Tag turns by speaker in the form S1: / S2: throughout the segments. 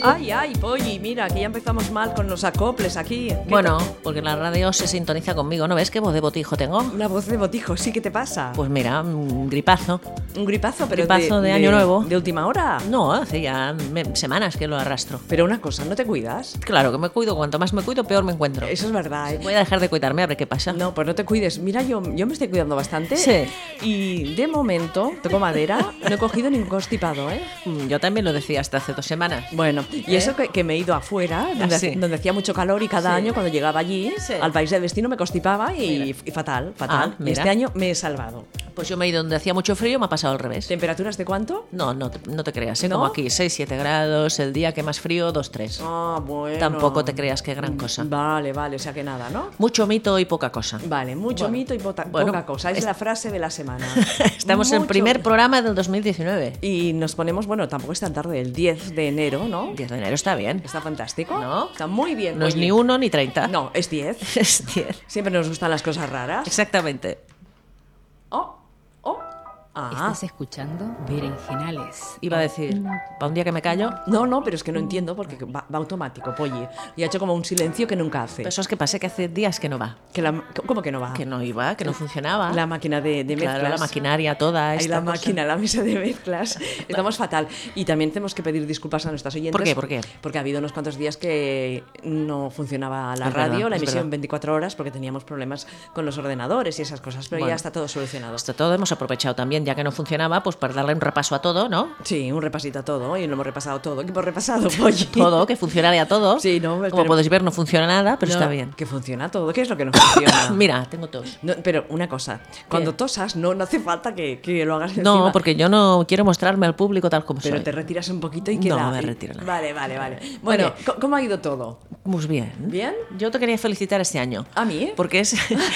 S1: Ay, ay, Polly, mira, que ya empezamos mal con los acoples aquí. ¿Qué
S2: Bueno, porque la radio se sintoniza conmigo, ¿no ves qué voz de botijo tengo?
S1: tal? Una voz de botijo, sí que te pasa.
S2: Pues mira, un gripazo.
S1: Un gripazo, pero
S2: Gripazo de Año Nuevo.
S1: De última hora.
S2: No, hace ya me- semanas que lo arrastro.
S1: Pero una cosa, ¿no te cuidas?
S2: Claro que me cuido, cuanto más me cuido, peor me encuentro.
S1: Eso es verdad, ¿eh?
S2: Voy a dejar de cuidarme, a ver qué pasa.
S1: No, pues no te cuides. Mira, yo, yo me estoy cuidando bastante.
S2: Sí.
S1: Y de momento, toco madera, no he cogido ningún constipado, ¿eh?
S2: Mm, Yo también lo decía hasta hace dos semanas.
S1: Bueno, y eso que, que me he ido afuera, donde,
S2: Ah, sí.
S1: donde hacía mucho calor y cada año cuando llegaba allí,
S2: Sí.
S1: al país de destino me constipaba y, y fatal, fatal.
S2: Ah,
S1: Y
S2: mira.
S1: este año me he salvado.
S2: Pues yo me he ido donde hacía mucho frío, me ha pasado al revés.
S1: ¿Temperaturas de cuánto?
S2: No, no, te- no te creas, ¿eh?
S1: ¿No?
S2: como aquí, 6, 7 grados, el día que más frío, 2, 3.
S1: Ah, bueno.
S2: Tampoco te creas que gran cosa.
S1: Vale, vale, o sea que nada, ¿no?
S2: Mucho mito y poca cosa.
S1: Vale, mucho
S2: Bueno.
S1: mito y pota-
S2: Bueno,
S1: poca cosa. Es, la frase de la semana.
S2: Estamos en
S1: Mucho-
S2: primer programa del 2019.
S1: Y nos ponemos, bueno, tampoco es tan tarde, el 10 de enero, ¿no?
S2: 10 de enero está bien.
S1: Está fantástico.
S2: ¿No?
S1: Está muy bien.
S2: No es
S1: Oye,
S2: ni uno ni 30.
S1: No, es 10.
S2: Es 10.
S1: Siempre nos gustan las cosas raras.
S2: Exactamente.
S1: Oh, oh.
S2: Este
S1: Ah.
S3: Estás escuchando Berenjenales.
S2: Iba a decir,
S1: Mm.
S2: para un día que me callo.
S1: No, no, pero es que no entiendo porque va, va automático, Polly. Y ha hecho como un silencio que nunca hace.
S2: Pero eso es que pasa que hace días que no va.
S1: Que la- ¿Cómo que no va?
S2: Que no iba, que no funcionaba.
S1: La máquina de, de mezclas.
S2: Claro, la maquinaria toda.
S1: Ahí
S2: esta
S1: la
S2: cosa.
S1: máquina, la mesa de mezclas. Estamos fatal. Y también tenemos que pedir disculpas a nuestras oyentes.
S2: ¿Por qué? ¿Por qué?
S1: Porque ha habido unos cuantos días que no funcionaba la
S2: Es
S1: radio,
S2: verdad,
S1: la
S2: es
S1: emisión
S2: verdad.
S1: 24 horas, porque teníamos problemas con los ordenadores y esas cosas. Pero ya
S2: Bueno.
S1: está todo solucionado.
S2: Esto todo hemos aprovechado también, ya que no funcionaba, pues para darle un repaso a todo, ¿no?
S1: Sí, un repasito a todo. Y lo hemos repasado todo. ¿Qué hemos repasado, Polly?
S2: Todo, que funcionaría todo.
S1: Sí, no,
S2: Como
S1: pero-
S2: podéis ver, no funciona nada, pero
S1: No,
S2: está bien.
S1: Que funciona todo. ¿Qué es lo que no funciona?
S2: Mira, tengo tos.
S1: No, pero una cosa, cuando tosas no, no hace falta que, que lo hagas
S2: No,
S1: encima.
S2: porque yo no quiero mostrarme al público tal como
S1: Pero
S2: soy.
S1: te retiras un poquito y
S2: No,
S1: queda...
S2: me
S1: y-
S2: retiro nada.
S1: Vale, vale, vale. Bueno,
S2: Oye. ¿Mm?
S1: ¿cómo- ¿cómo ha ido todo?
S2: Muy Pues bien.
S1: ¿Bien?
S2: Yo te quería felicitar este año.
S1: ¿A mí?
S2: Porque es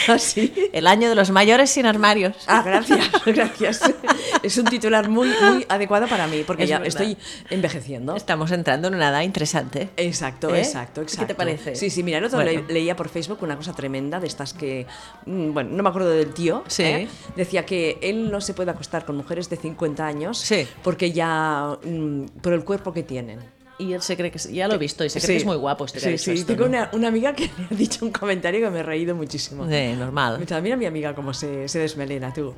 S1: ¿Ah, sí?
S2: el año de los mayores sin armarios.
S1: Ah, gracias, gracias. Es un titular muy, muy adecuado para mí, porque
S2: Es
S1: ya
S2: verdad.
S1: estoy envejeciendo.
S2: Estamos entrando en una edad interesante.
S1: Exacto,
S2: ¿Eh?
S1: exacto,
S2: ¿Qué te
S1: exacto.
S2: parece?
S1: Sí, sí, mira, el otro
S2: Bueno.
S1: le- leía por Facebook una cosa tremenda de estas que, mm, bueno, no me acuerdo del tío,
S2: Sí.
S1: ¿eh? decía que él no se puede acostar con mujeres de 50 años
S2: Sí.
S1: porque ya, mm, por el cuerpo que tienen.
S2: Y él se cree que es- ya lo he visto y se cree que es muy guapo este que
S1: Sí,
S2: ha dicho
S1: sí,
S2: esto,
S1: tengo
S2: ¿no?
S1: una, una amiga que me ha dicho un comentario que me he reído muchísimo. "Ah,
S2: Sí, normal.
S1: Mira, mira mi amiga cómo se, se desmelena, tú.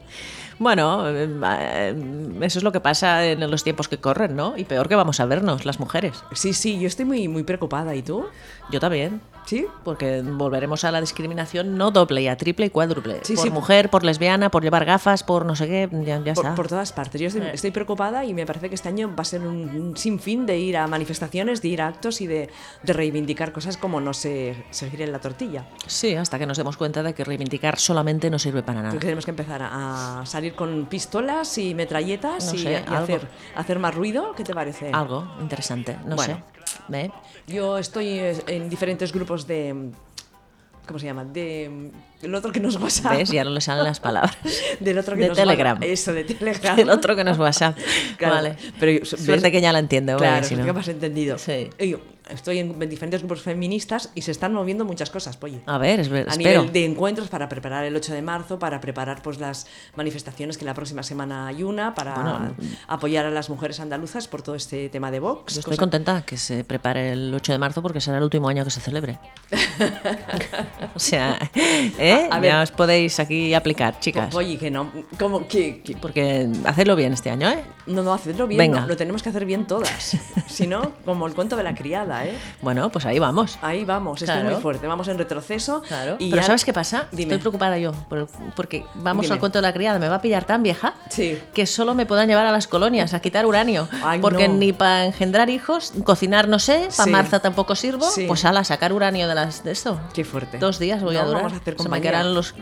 S2: Bueno, eh, eh, eso es lo que pasa en los tiempos que corren, ¿no? Y peor que vamos a vernos las mujeres.
S1: Sí, sí, yo estoy muy, muy preocupada. ¿Y tú?
S2: Yo también.
S1: ¿Sí?
S2: Porque volveremos a la discriminación no doble, ya triple y cuádruple.
S1: Sí,
S2: por
S1: sí.
S2: mujer, por lesbiana, por llevar gafas, por no sé qué, ya, ya
S1: Por,
S2: está.
S1: por todas partes. Yo estoy, estoy preocupada y me parece que este año va a ser un, un sinfín de ir a manifestaciones, de ir a actos y de, de reivindicar cosas como no se, se gire la tortilla.
S2: Sí, hasta que nos demos cuenta de que reivindicar solamente no sirve para nada.
S1: Creo que tenemos que empezar a, a salir con pistolas y metralletas
S2: No
S1: y,
S2: sé,
S1: y
S2: algo.
S1: hacer, hacer más ruido. ¿Qué te parece?
S2: Algo interesante, no
S1: Bueno.
S2: sé. ¿Eh?
S1: Yo estoy eh, en diferentes grupos de... ¿Cómo se llama? De... El otro que nos WhatsApp.
S2: ¿Ves? Ya no le salen las palabras.
S1: Del otro que
S2: De
S1: nos
S2: Telegram.
S1: manda- Eso, de Telegram.
S2: El otro que nos WhatsApp.
S1: Claro,
S2: Vale.
S1: pero yo-
S2: Suerte
S1: ¿ves?
S2: que ya la entiendo. porque
S1: Claro,
S2: si
S1: es
S2: no-
S1: que más entendido.
S2: Sí.
S1: Y yo estoy en diferentes grupos feministas y se están moviendo muchas cosas, Polly.
S2: A ver, es ver-
S1: A
S2: Ah, espero.
S1: nivel de encuentros para preparar el 8 de marzo, para preparar pues las manifestaciones que la próxima semana hay una, para
S2: Bueno.
S1: apoyar a las mujeres andaluzas por todo este tema de Vox.
S2: Yo estoy
S1: cosa-
S2: contenta que se prepare el 8 de marzo porque será el último año que se celebre. o sea, ¿eh?
S1: A- a ver.
S2: ya os podéis aquí aplicar,
S1: Po-
S2: chicas.
S1: Polly, que no, como que, que-
S2: Porque hacedlo bien este año, ¿eh?
S1: no, no, hacedlo bien,
S2: Venga.
S1: no, lo tenemos que hacer bien todas. si no, como el cuento de la criada, ¿eh?
S2: Bueno, pues ahí vamos.
S1: Ahí vamos, esto
S2: Claro.
S1: es muy fuerte, vamos en retroceso. Ah, y
S2: Pero
S1: ya-
S2: ¿sabes qué pasa?
S1: Dime.
S2: Estoy preocupada yo, por el- porque vamos
S1: Dime.
S2: al cuento de la criada, me va a pillar tan vieja
S1: Sí.
S2: que solo me puedan llevar a las colonias a quitar uranio.
S1: Ay,
S2: porque
S1: no.
S2: ni para engendrar hijos, cocinar no sé, para
S1: Sí.
S2: Marza tampoco sirvo,
S1: Sí.
S2: pues ala, sacar uranio de las de esto.
S1: Qué fuerte.
S2: Dos días voy
S1: No,
S2: a durar.
S1: Vamos a hacer
S2: Se me
S1: compañía.
S2: quedarán los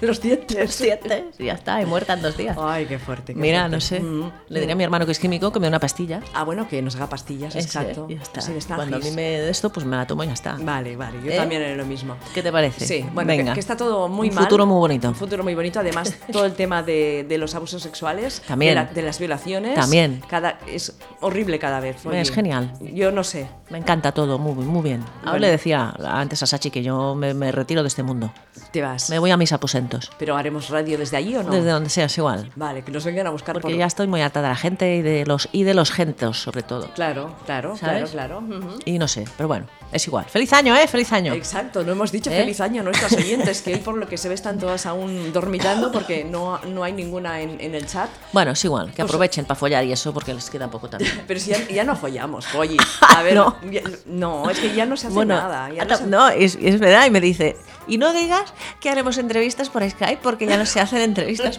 S1: los dientes.
S2: siete y ya está, he muerta en dos días.
S1: Ay, qué fuerte. qué
S2: Mira,
S1: fuerte.
S2: no sé.
S1: Mm.
S2: Le diré a mi hermano que es químico que me dé una pastilla.
S1: Ah, bueno, que nos haga pastillas,
S2: Ese,
S1: exacto.
S2: ya está.
S1: Sin estar
S2: Cuando a mí
S1: gis.
S2: me de esto, pues me la tomo y ya está.
S1: Vale, vale, yo
S2: ¿Eh?
S1: también haré lo mismo.
S2: ¿Qué te parece?
S1: Sí, bueno,
S2: Venga.
S1: Que, que está todo muy
S2: Un
S1: mal.
S2: futuro muy bonito.
S1: Un futuro muy bonito. Además, todo el tema de, de los abusos sexuales, De,
S2: También.
S1: la- de las violaciones.
S2: También.
S1: Cada, es horrible cada vez.
S2: Es
S1: oye.
S2: genial.
S1: Yo no sé.
S2: Me encanta todo, muy, muy bien. Ahora
S1: Bueno.
S2: le decía antes a Sachi que yo me, me retiro de este mundo.
S1: Te vas.
S2: Me voy a mis juntos.
S1: Pero haremos radio desde allí o no?
S2: Desde donde seas, igual.
S1: Vale, que nos vengan a buscar
S2: Porque
S1: por-
S2: ya estoy muy harta de la gente y de los, y de los gentos, sobre todo.
S1: Claro, claro,
S2: ¿Sabes?
S1: claro, claro. Ujú.
S2: Y no sé, pero bueno, es igual. ¡Feliz año, eh! ¡Feliz año!
S1: Exacto, no hemos dicho
S2: ¿Eh?
S1: feliz año a nuestras oyentes, que hoy por lo que se ve están todas aún dormitando porque no, no hay ninguna en, en el chat.
S2: Bueno, es igual, que aprovechen para follar y eso porque les queda poco también.
S1: Pero si ya, ya Pues- no follamos, Polly. A ver,
S2: No.
S1: ya- no, es que ya no se hace nada. ya no
S2: ata-
S1: se-
S2: ah, no, es, es verdad, y me dice, y no digas que haremos entrevistas por Skype porque ya no se hacen entrevistas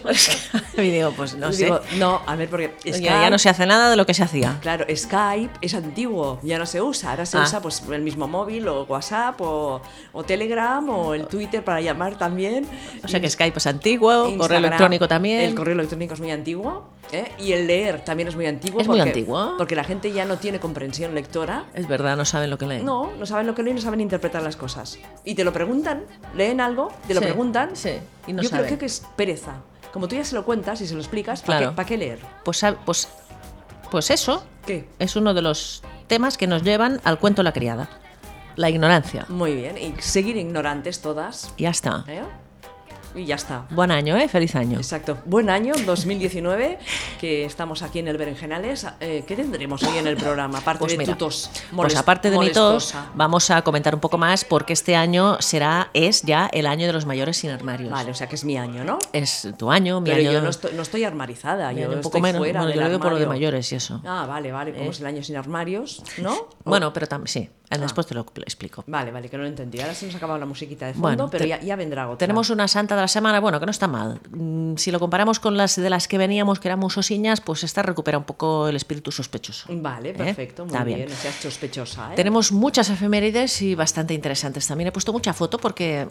S2: por Skype. Y digo, pues no
S1: Y
S2: sé.
S1: digo, no, a ver, porque
S2: Ya-
S1: Skype,
S2: ya no se hace nada de lo que se hacía.
S1: Claro, Skype es antiguo, ya no se usa. Ahora se
S2: Ah.
S1: usa pues el mismo móvil o WhatsApp o, o Telegram o el Twitter para llamar también.
S2: O sea que Skype es antiguo, correo
S1: Instagram,
S2: electrónico también.
S1: El correo electrónico es muy antiguo. ¿eh? Y el leer también es muy antiguo.
S2: Es muy antiguo.
S1: Porque la gente ya no tiene comprensión lectora.
S2: Es verdad, no saben lo que leen.
S1: No, no saben lo que leen, no saben interpretar las cosas. Y te lo preguntan, leen algo, te lo
S2: Sí,
S1: preguntan.
S2: sí, y no
S1: Yo
S2: saben.
S1: creo que es pereza. Como tú ya se lo cuentas y se lo explicas, ¿para,
S2: Claro.
S1: qué, para qué leer?
S2: Pues, sab- pues, pues eso
S1: ¿Qué?
S2: es uno de los temas que nos llevan al cuento La Criada. La ignorancia.
S1: Muy bien, y seguir ignorantes todas.
S2: Ya está.
S1: ¿eh? Y ya está.
S2: Buen año, ¿eh? Feliz año.
S1: Exacto. Buen año 2019, que estamos aquí en el Berenjenales. Eh, ¿Qué tendremos hoy en el programa? Aparte
S2: Pues
S1: de
S2: mira,
S1: tu tos.
S2: pues
S1: molest-
S2: aparte de mi tos,
S1: molestosa.
S2: vamos a comentar un poco más porque este año será, es ya el año de los mayores sin armarios.
S1: Vale, o sea que es mi año, ¿no?
S2: Es tu año, mi
S1: Pero
S2: año.
S1: yo no estoy, no estoy armarizada,
S2: mi
S1: yo
S2: año un
S1: estoy
S2: poco menos.
S1: fuera
S2: Bueno,
S1: del
S2: yo lo digo por lo de
S1: armario.
S2: mayores y eso.
S1: Ah, vale, vale, como es el año sin armarios, ¿no? Oh,
S2: Bueno, pero también sí.
S1: Ah.
S2: Después te lo pl- explico.
S1: Vale, vale, que no lo entendí. Ahora se nos ha acabado la musiquita de fondo,
S2: Bueno,
S1: pero
S2: te-
S1: ya, ya vendrá otra.
S2: Tenemos una santa de la semana, bueno, que no está mal. Mm, Si lo comparamos con las de las que veníamos, que éramos osiñas, pues esta recupera un poco el espíritu sospechoso.
S1: Vale,
S2: ¿Eh?
S1: perfecto, muy
S2: Está
S1: bien.
S2: bien.
S1: no seas sospechosa, ¿eh?
S2: Tenemos muchas efemérides y bastante interesantes también. He puesto mucha foto porque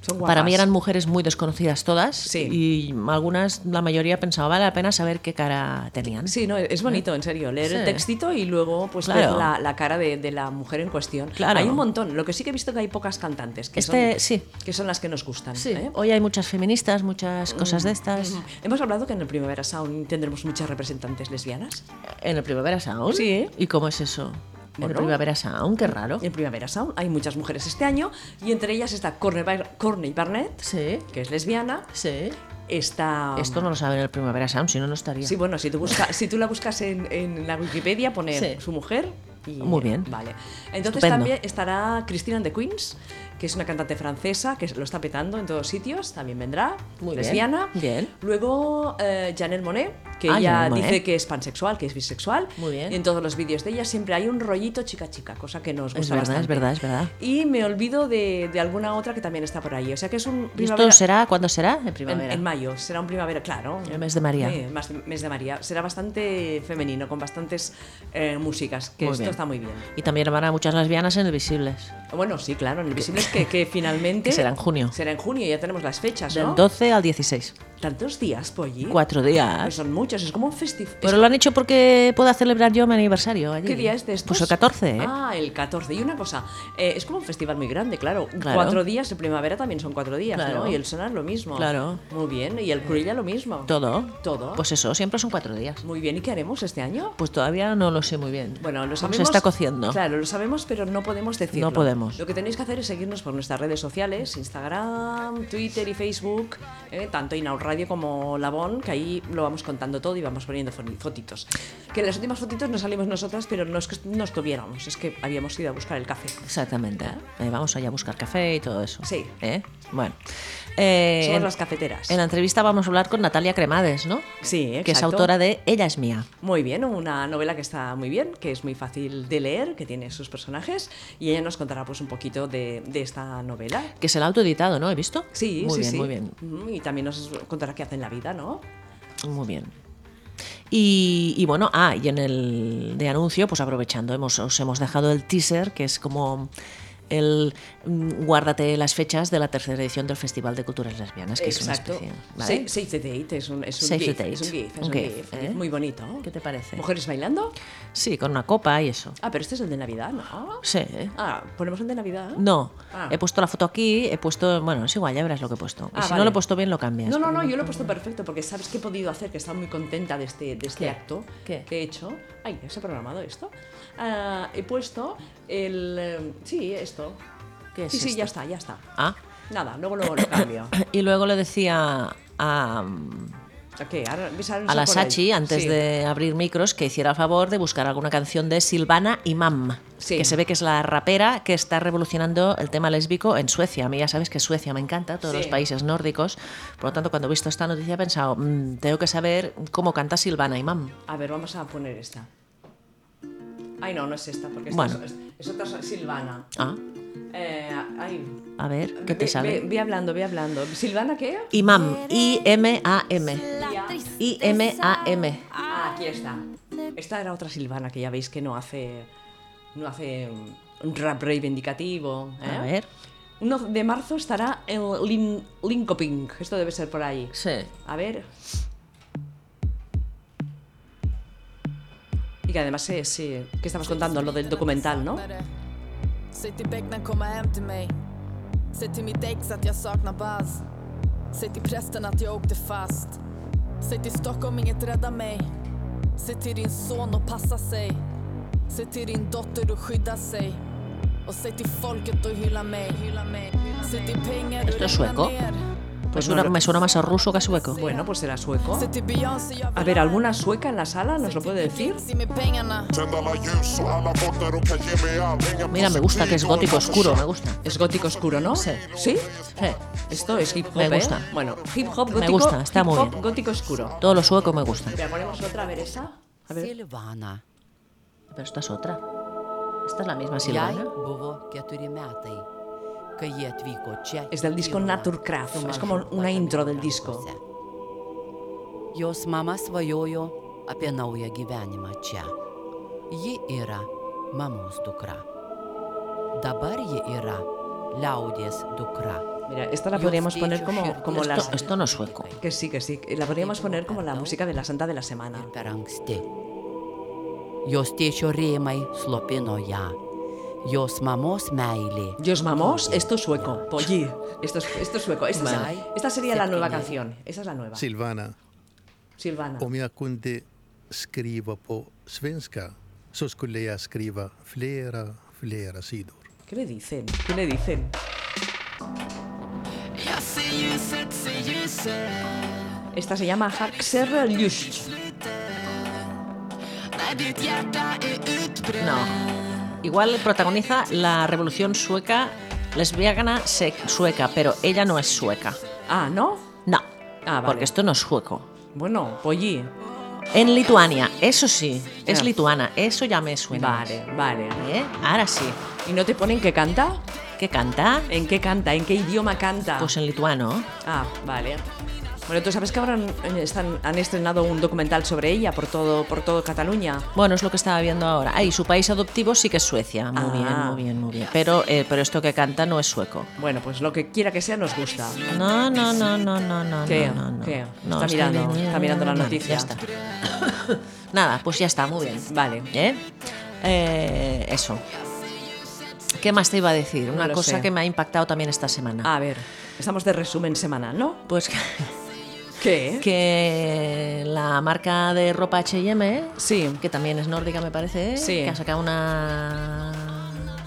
S1: Son
S2: Para
S1: guapas.
S2: mí eran mujeres muy desconocidas todas
S1: Sí.
S2: y algunas, la mayoría pensaba, vale la pena saber qué cara tenían.
S1: Sí, no, es bonito, en serio, leer el
S2: Sí.
S1: textito y luego pues
S2: Claro.
S1: ver la, la cara de, de la mujer en cuestión.
S2: Claro.
S1: Hay un montón, lo que sí que he visto que hay pocas cantantes, que,
S2: Este,
S1: son,
S2: sí.
S1: que son las que nos gustan.
S2: Sí,
S1: ¿eh?
S2: Hoy hay muchas feministas, muchas cosas de estas.
S1: Hemos hablado que en el Primavera Sound tendremos muchas representantes lesbianas.
S2: ¿En el Primavera Sound?
S1: Sí.
S2: ¿Y cómo es eso? ¿En el
S1: Bueno.
S2: Primavera Sound? Qué raro.
S1: En Primavera Sound hay muchas mujeres este año y entre ellas está Corney, Bar- Corney Barnett,
S2: Sí,
S1: que es lesbiana.
S2: sí.
S1: Está.
S2: Esto no lo saben en el Primavera Sound, si no, no estaría.
S1: Sí, bueno, si tú, busca- si tú la buscas en, en la Wikipedia, poner
S2: Sí.
S1: su mujer. Y,
S2: Muy bien.
S1: Vale. Entonces
S2: Estupendo.
S1: también estará Cristina de Queens, que es una cantante francesa que lo está petando en todos sitios. También vendrá.
S2: Muy bien.
S1: lesbiana.
S2: Bien.
S1: Luego eh, Janelle Monet, que
S2: Ah,
S1: ella
S2: Janelle Monáe.
S1: dice que es pansexual, que es bisexual.
S2: Muy bien.
S1: Y en todos los vídeos de ella siempre hay un rollito chica-chica, cosa que nos gusta
S2: es verdad,
S1: bastante.
S2: es verdad, es verdad.
S1: Y me olvido de, de alguna otra que también está por ahí. O sea que es un.
S2: ¿Y esto
S1: primavera-
S2: será? ¿Cuándo será? En
S1: en,
S2: Primavera.
S1: en mayo, será un primavera, claro.
S2: El mes de María.
S1: Sí, más- mes de María. Será bastante femenino, con bastantes eh, músicas, que
S2: Muy
S1: esto
S2: bien.
S1: está muy bien.
S2: Y también van a muchas lesbianas en el Visibles.
S1: Bueno, sí, claro, en el visible es que, que finalmente...
S2: Que será en junio.
S1: Será en junio, ya tenemos las fechas, ¿no?
S2: Del 12 al 16.
S1: Tantos días, Polly.
S2: Cuatro
S1: Pues
S2: días.
S1: son muchos, es como un festival.
S2: Pero lo han hecho porque pueda celebrar yo mi aniversario. allí.
S1: Pues ¿Qué día es de estos?
S2: Pues el 14, ¿eh?
S1: Ah, el 14. Y una cosa, eh, es como un festival muy grande, claro.
S2: Claro.
S1: Cuatro días de primavera también son cuatro días,
S2: Claro.
S1: ¿no? Y el sonar lo mismo.
S2: Claro.
S1: Muy bien, y el curilla lo mismo.
S2: Todo.
S1: Todo.
S2: Pues eso, siempre son cuatro días.
S1: Muy bien, ¿y qué haremos este año?
S2: Pues todavía no lo sé muy bien.
S1: Bueno, lo
S2: Aún
S1: sabemos.
S2: Se está cociendo.
S1: Claro, lo sabemos, pero no podemos decirlo.
S2: No podemos.
S1: Lo que tenéis que hacer es seguirnos por nuestras redes sociales: Instagram, Twitter y Facebook, eh, tanto Inaud Radio como Labón, que ahí lo vamos contando todo y vamos poniendo foni- fotitos. Que en las últimas fotitos no salimos nosotras, pero no es que nos tuviéramos, es que habíamos ido a buscar el café.
S2: Exactamente. Eh, vamos allá a buscar café y todo eso.
S1: Sí.
S2: ¿Eh? Bueno. Eh,
S1: Somos
S2: en,
S1: las cafeteras.
S2: en la entrevista vamos a hablar con Natalia Cremades, ¿no?
S1: Sí,
S2: Que es
S1: exacto.
S2: autora de Ella es mía.
S1: Muy bien, una novela que está muy bien, que es muy fácil de leer, que tiene sus personajes, y ella nos contará pues un poquito de- de esta novela.
S2: Que se la ha autoeditado, ¿no? ¿He visto?
S1: Sí,
S2: muy
S1: sí,
S2: bien,
S1: sí.
S2: Muy bien,
S1: Mm, Y también nos contará qué hace en la vida, ¿no?
S2: muy bien. Y, y bueno, ah, y en el de anuncio, pues aprovechando, hemos, os hemos dejado el teaser, que es como el mm, guárdate las fechas de la tercera edición del Festival de Culturas Lesbianas, que es una especie. ¿vale?
S1: Sa- Save the Date es un, es un
S2: Save the
S1: gif,
S2: date.
S1: Es un gif, es
S2: Un
S1: un
S2: gif,
S1: gif,
S2: ¿eh?
S1: Muy bonito.
S2: ¿Qué te parece?
S1: ¿Mujeres bailando?
S2: Sí, con una copa y eso.
S1: Ah, pero este es el de Navidad, ¿no?
S2: Sí. ¿eh?
S1: Ah, ¿ponemos el de Navidad?
S2: No,
S1: Ah.
S2: he puesto la foto aquí, he puesto, bueno, es igual, ya verás lo que he puesto.
S1: Ah,
S2: y si
S1: vale.
S2: no lo he puesto bien, lo cambias.
S1: No, no, no, yo lo he puesto perfecto porque sabes que he podido hacer, que estaba muy contenta de este, de este
S2: ¿Qué?
S1: acto
S2: ¿Qué?
S1: que he hecho. Ay, ¿se ha programado esto? Ah, he puesto el... eh, Sí, esto.
S2: ¿Qué es
S1: sí, sí,
S2: esto?
S1: ya está, ya está.
S2: Ah,
S1: Nada, luego lo, lo cambio.
S2: Y luego le decía a,
S1: ¿A qué? Ahora, ¿ves? Ahora no
S2: a
S1: sé
S2: la
S1: por
S2: Sachi,
S1: ahí.
S2: antes
S1: Sí.
S2: de abrir micros, que hiciera el favor de buscar alguna canción de Silvana Imam,
S1: Sí.
S2: que se ve que es la rapera que está revolucionando el tema lésbico en Suecia. A mí ya sabes que Suecia me encanta, todos
S1: Sí.
S2: los países nórdicos. Por lo tanto, cuando he visto esta noticia he pensado, "Mm, tengo que saber cómo canta Silvana Imam.
S1: A ver, vamos a poner esta. Ay, no, no es esta, porque esta
S2: Bueno.
S1: es, es otra Silvana.
S2: Ah,
S1: Eh, ay.
S2: a ver, ¿qué
S1: Ve-
S2: te
S1: ve-
S2: sale?
S1: ve hablando, ve hablando. ¿Silvana qué?
S2: Imam, I-M-A-M. I-M-A-M.
S1: Ah, aquí está. Esta era otra Silvana que ya veis que no hace. No hace un rap reivindicativo. ¿eh?
S2: A ver.
S1: 1 de marzo estará el Lin Linkoping. Esto debe ser por ahí.
S2: Sí.
S1: A ver. Y que además, sí, sí, que estamos contando lo del documental, ¿no?
S4: Säg till Beckman komma hem till mig. Säg till mitt ex att jag saknar Buzz. Säg till prästen att jag åkte fast. Säg till Stockholm inget rädda mig. Säg till din son att passa sig. Säg till din dotter att skydda sig. Och säg till folket att hylla mig. Hylla mig. Säg till pengar
S2: Esto es
S4: regna
S2: sueco.
S4: ner.
S1: Pues
S2: Me Pues suena, me suena más a ruso que a sueco.
S1: Bueno, pues será sueco.
S4: Säg till Beyoncé jag
S1: A
S4: vill
S1: ver,
S4: ha.
S1: ¿alguna sueca en la sala nos lo puede decir?
S4: Ge mig pengarna.
S5: Tänd alla ljus så alla vaknar och kan ge mig allt. Inga
S2: Mira, me gusta que es
S5: prostitut och en
S2: gótico
S5: massa
S2: oscuro,
S5: tjafs.
S2: me gusta.
S1: Es gótico oscuro, ¿no? Sí. ¿Sí?
S2: Sí.
S1: Esto es hip hop.
S2: Me
S1: ¿eh?
S2: gusta.
S1: Bueno, hip hop gótico.
S2: gusta, está
S1: hip
S2: muy
S1: hop
S2: bien.
S1: Gótico oscuro.
S2: Todo lo sueco me gusta.
S1: Mira, ponemos otra, a ver esa. A ver.
S6: Silvana,
S2: Pero esta es otra. Esta es la misma
S6: jai
S2: Silvana.
S6: buvo keturi metai, kai jie atvyko čia.
S1: Es del disco
S6: į Vilnių
S1: Naturkraft,
S6: su
S1: es
S6: mažu
S1: como una
S6: bataminu
S1: intro del disco.
S6: rankose. Jos mama svajojo apie naują gyvenimą čia. Ji yra mamos dukra. Dabar ji yra liaudies dukra.
S1: Mira, esta la
S6: Yo
S1: podríamos
S6: sí,
S1: poner
S6: yo sí.
S1: como, como
S6: Esto-
S1: las.
S2: Esto, esto no es sueco.
S1: Que sí, que sí. Eh, La podríamos poner como la música de la Santa de la Semana.
S6: ir per anksti. Jos tėčio rėmai slopino ją. Jos mamos meilė.
S1: Dios mamos, esto es sueco. Polly. Esto es, esto es sueco. Esta, es-
S6: Vale.
S1: esta sería la nueva
S6: Septiembre.
S1: canción. Esa es la nueva.
S7: Silvana,
S1: Silvana.
S7: om jag kunde skriva på svenska så skulle jag skriva flera, flera sidor.
S1: ¿Qué le dicen? ¿Qué le dicen?
S4: Jag ser ljuset, ser ljuset.
S1: Esta se llama Haxer Lust.
S4: När ditt hjärta är utbränt.
S2: No. Igual protagoniza la revolución sueca, lesbiana sec- sueca, pero ella no es sueca.
S1: Ah, ¿no?
S2: No.
S1: Ah, vale.
S2: Porque esto no es sueco.
S1: Bueno, Polly.
S2: En Lituania, eso sí, es
S1: Ya.
S2: lituana, eso ya me suena. más.
S1: Vale, vale.
S2: ¿Eh? Ahora sí.
S1: ¿Y no te ponen que canta?
S2: ¿Qué canta?
S1: ¿En qué canta? ¿En qué idioma canta?
S2: Pues en lituano.
S1: Ah, vale. Bueno, tú sabes que ahora han, están- han estrenado un documental sobre ella por todo, por todo Cataluña.
S2: Bueno, es lo que estaba viendo ahora. Ah, y su país adoptivo sí que es Suecia. Muy
S1: Ah.
S2: bien, muy bien, muy bien. Pero, eh, pero esto que canta no es sueco.
S1: Bueno, pues lo que quiera que sea nos gusta.
S2: No, no, no, no, no, no.
S1: ¿Qué?
S2: no, no,
S1: ¿Qué?
S2: No,
S1: Está
S2: estoy
S1: mirando,
S2: bien,
S1: está
S2: bien,
S1: mirando la
S2: bien,
S1: noticia.
S2: Ya está. Nada, pues ya está, muy bien.
S1: Vale.
S2: ¿Eh? Eh, eso. ¿Qué más te iba a decir? Una
S1: lo
S2: cosa
S1: sé. Ah.
S2: que me ha impactado también esta semana.
S1: A ver, estamos de resumen semanal, ¿no?
S2: Pues que,
S1: ¿Qué?
S2: que la marca de ropa H&M,
S1: Sí.
S2: que también es nórdica me parece,
S1: Sí.
S2: que ha sacado una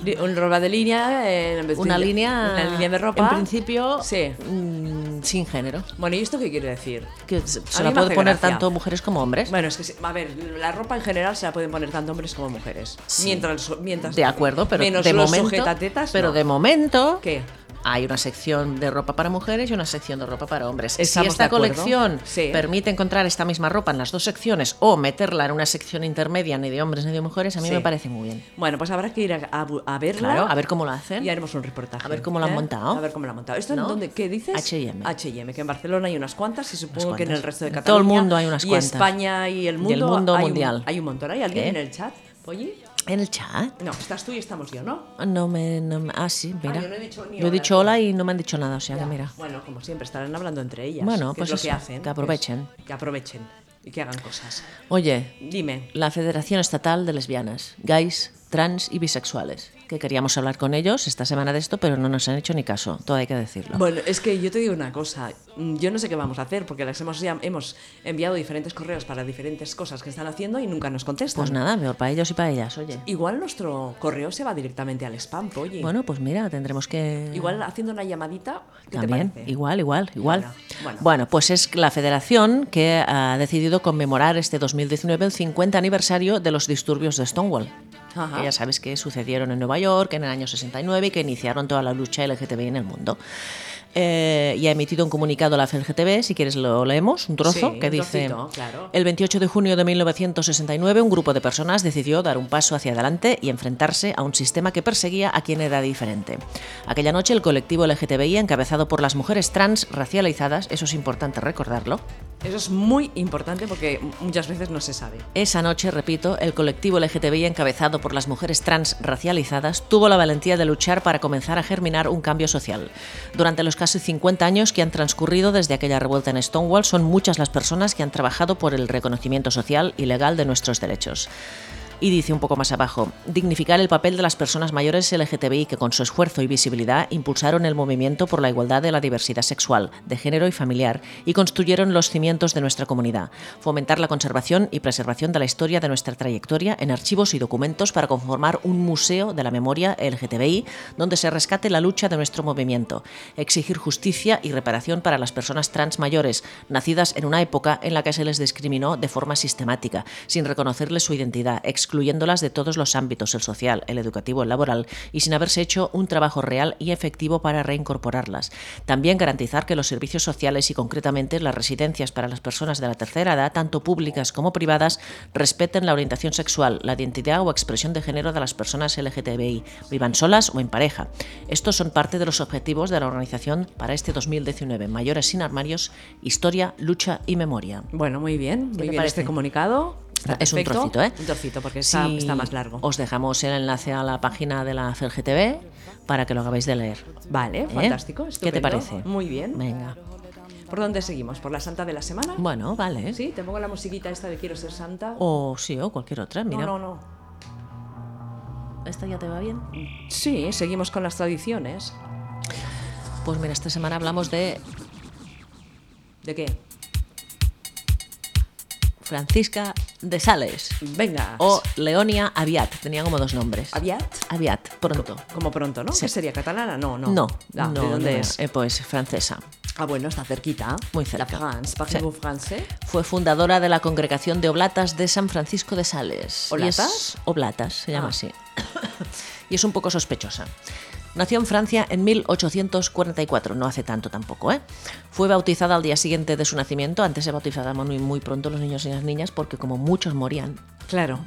S1: Li- Un roba de línea, eh, en vez de-
S2: una línea
S1: una línea de ropa.
S2: en principio
S1: Sí.
S2: mm, sin género
S1: Bueno, ¿y esto qué quiere decir?
S2: que se
S1: A
S2: se
S1: mí
S2: la
S1: me
S2: puede
S1: hace
S2: poner
S1: gracia.
S2: tanto mujeres como hombres
S1: Bueno, es que, se- a ver, la ropa en general se la pueden poner tanto hombres como mujeres.
S2: Sí.
S1: Mientras, mientras.
S2: de acuerdo pero
S1: menos
S2: de
S1: los
S2: momento
S1: sujetatetas,
S2: pero
S1: no.
S2: de momento
S1: ¿Qué?
S2: hay una sección de ropa para mujeres y una sección de ropa para hombres.
S1: Estamos
S2: si esta
S1: de acuerdo.
S2: colección
S1: Sí.
S2: permite encontrar esta misma ropa en las dos secciones o meterla en una sección intermedia ni de hombres ni de mujeres, a mí
S1: Sí.
S2: me parece muy bien.
S1: Bueno, pues habrá que ir a, a bu- a verla.
S2: Claro, a ver cómo lo hacen.
S1: Y haremos un reportaje. ¿Eh?
S2: A ver cómo lo han montado.
S1: A ver cómo lo han montado. ¿Esto en
S2: ¿No?
S1: dónde? ¿Qué dices?
S2: H&M.
S1: H&M, que en Barcelona hay unas cuantas y supongo
S2: Unas
S1: que en el
S2: cuantas.
S1: resto de
S2: En
S1: Cataluña.
S2: todo el mundo hay unas
S1: y
S2: cuantas.
S1: España y el
S2: Y el
S1: mundo.
S2: mundo
S1: hay un-
S2: mundial.
S1: hay un montón. ¿Hay alguien
S2: ¿Eh?
S1: en el chat? Oye.
S2: En el chat.
S1: No, estás tú y estamos yo, ¿no?
S2: No me, no me- ah, sí, mira.
S1: yo no he dicho ni
S2: Yo he
S1: hola.
S2: dicho hola y no me han dicho nada, o sea que
S1: Ya.
S2: mira.
S1: Bueno, como siempre, estarán hablando entre ellas.
S2: Bueno,
S1: que es
S2: pues
S1: lo que
S2: eso,
S1: hacen.
S2: que aprovechen.
S1: es- que aprovechen y que hagan cosas.
S2: Oye,
S1: Dime.
S2: la Federación Estatal de Lesbianas, Gays trans y bisexuales, que queríamos hablar con ellos esta semana de esto, pero no nos han hecho ni caso, todo hay que decirlo.
S1: Bueno, es que yo te digo una cosa, mm, yo no sé qué vamos a hacer porque les hemos, ya- hemos enviado diferentes correos para diferentes cosas que están haciendo y nunca nos contestan.
S2: Pues nada, mejor para ellos y para ellas, oye.
S1: Igual nuestro correo se va directamente al spam, oye.
S2: Bueno, pues mira, tendremos que...
S1: Igual haciendo una llamadita, ¿qué
S2: También,
S1: te parece?
S2: igual, igual, igual.
S1: Bueno,
S2: Bueno,
S1: bueno.
S2: pues es la federación que ha decidido conmemorar este 2019 el 50 aniversario de los disturbios de Stonewall.
S1: Ajá.
S2: Que ya sabes que sucedieron en Nueva York en el año 69 y que iniciaron toda la lucha LGTBI en el mundo. Eh, y ha emitido un comunicado la FGTB, si quieres lo leemos, un trozo,
S1: Sí,
S2: que
S1: un
S2: dice...
S1: trocito, claro.
S2: El 28 de junio de 1969, un grupo de personas decidió dar un paso hacia adelante y enfrentarse a un sistema que perseguía a quien era diferente. Aquella noche, el colectivo LGTBI, encabezado por las mujeres trans racializadas, eso es importante recordarlo,
S1: Eso es muy importante porque muchas veces no se sabe.
S2: esa noche, repito, el colectivo LGTBI encabezado por las mujeres trans racializadas tuvo la valentía de luchar para comenzar a germinar un cambio social. Durante los casi 50 años que han transcurrido desde aquella revuelta en Stonewall, son muchas las personas que han trabajado por el reconocimiento social y legal de nuestros derechos. Y dice un poco más abajo, dignificar el papel de las personas mayores LGTBI que con su esfuerzo y visibilidad impulsaron el movimiento por la igualdad de la diversidad sexual, de género y familiar y construyeron los cimientos de nuestra comunidad. Fomentar la conservación y preservación de la historia de nuestra trayectoria en archivos y documentos para conformar un museo de la memoria LGTBI donde se rescate la lucha de nuestro movimiento. Exigir justicia y reparación para las personas trans mayores, nacidas en una época en la que se les discriminó de forma sistemática, sin reconocerles su identidad, excluyéndolas de todos los ámbitos, el social, el educativo, el laboral, y sin haberse hecho un trabajo real y efectivo para reincorporarlas. También garantizar que los servicios sociales y concretamente las residencias para las personas de la tercera edad, tanto públicas como privadas, respeten la orientación sexual, la identidad o expresión de género de las personas LGTBI, vivan solas o en pareja. Estos son parte de los objetivos de la organización para este 2019, Mayores sin Armarios, Historia, Lucha y Memoria.
S1: Bueno, muy bien. Muy
S2: te
S1: bien
S2: parece?
S1: este comunicado. Está
S2: es un
S1: perfecto.
S2: trocito, ¿eh?
S1: Un trocito, porque está,
S2: Sí,
S1: está más largo.
S2: Os dejamos el enlace a la página de la FGTB para que lo acabéis de leer.
S1: Vale,
S2: ¿Eh?
S1: fantástico.
S2: ¿Qué te
S1: estupendo.
S2: parece?
S1: Muy bien.
S2: Venga.
S1: ¿Por dónde seguimos? ¿Por la santa de la semana?
S2: Bueno, vale.
S1: Sí, te pongo la musiquita esta de Quiero ser santa.
S2: O sí, o cualquier otra. Mira,
S1: No, no, no.
S2: ¿esta ya te va bien?
S1: Sí, seguimos con las tradiciones.
S2: Pues mira, esta semana hablamos de
S1: ¿De qué?
S2: Francisca de Sales
S1: Venga.
S2: o Leonia Aviat. Tenía como dos nombres.
S1: Aviat.
S2: Aviat, pronto.
S1: Como pronto, ¿no?
S2: Sí.
S1: ¿Que sería catalana? No, no.
S2: No, no,
S1: Ah, ¿De dónde
S2: no, no.
S1: es?
S2: Eh, pues francesa.
S1: Ah, bueno, está cerquita.
S2: Muy cerca.
S1: La France. Parlez-vous français?
S2: Fue fundadora de la Congregación de Oblatas de San Francisco de Sales. Y es-
S1: ¿Oblatas?
S2: Oblatas, se llama
S1: Ah.
S2: así. y es un poco sospechosa. Nació en Francia en 1844, no hace tanto tampoco, ¿eh? Fue bautizada al día siguiente de su nacimiento. Antes se bautizaban muy, muy pronto los niños y las niñas porque como muchos morían.
S1: Claro.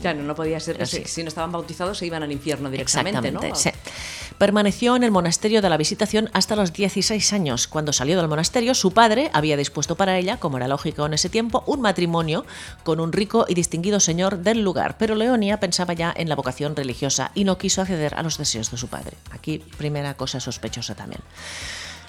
S1: Claro, no podía ser que
S2: Así.
S1: si, si no estaban bautizados se iban al infierno directamente, ¿no?
S2: Exactamente, sí. Permaneció en el monasterio de la Visitación hasta los 16 años. Cuando salió del monasterio, su padre había dispuesto para ella, como era lógico en ese tiempo, un matrimonio con un rico y distinguido señor del lugar. Pero Leonia pensaba ya en la vocación religiosa y no quiso acceder a los deseos de su padre. Aquí, primera cosa sospechosa también.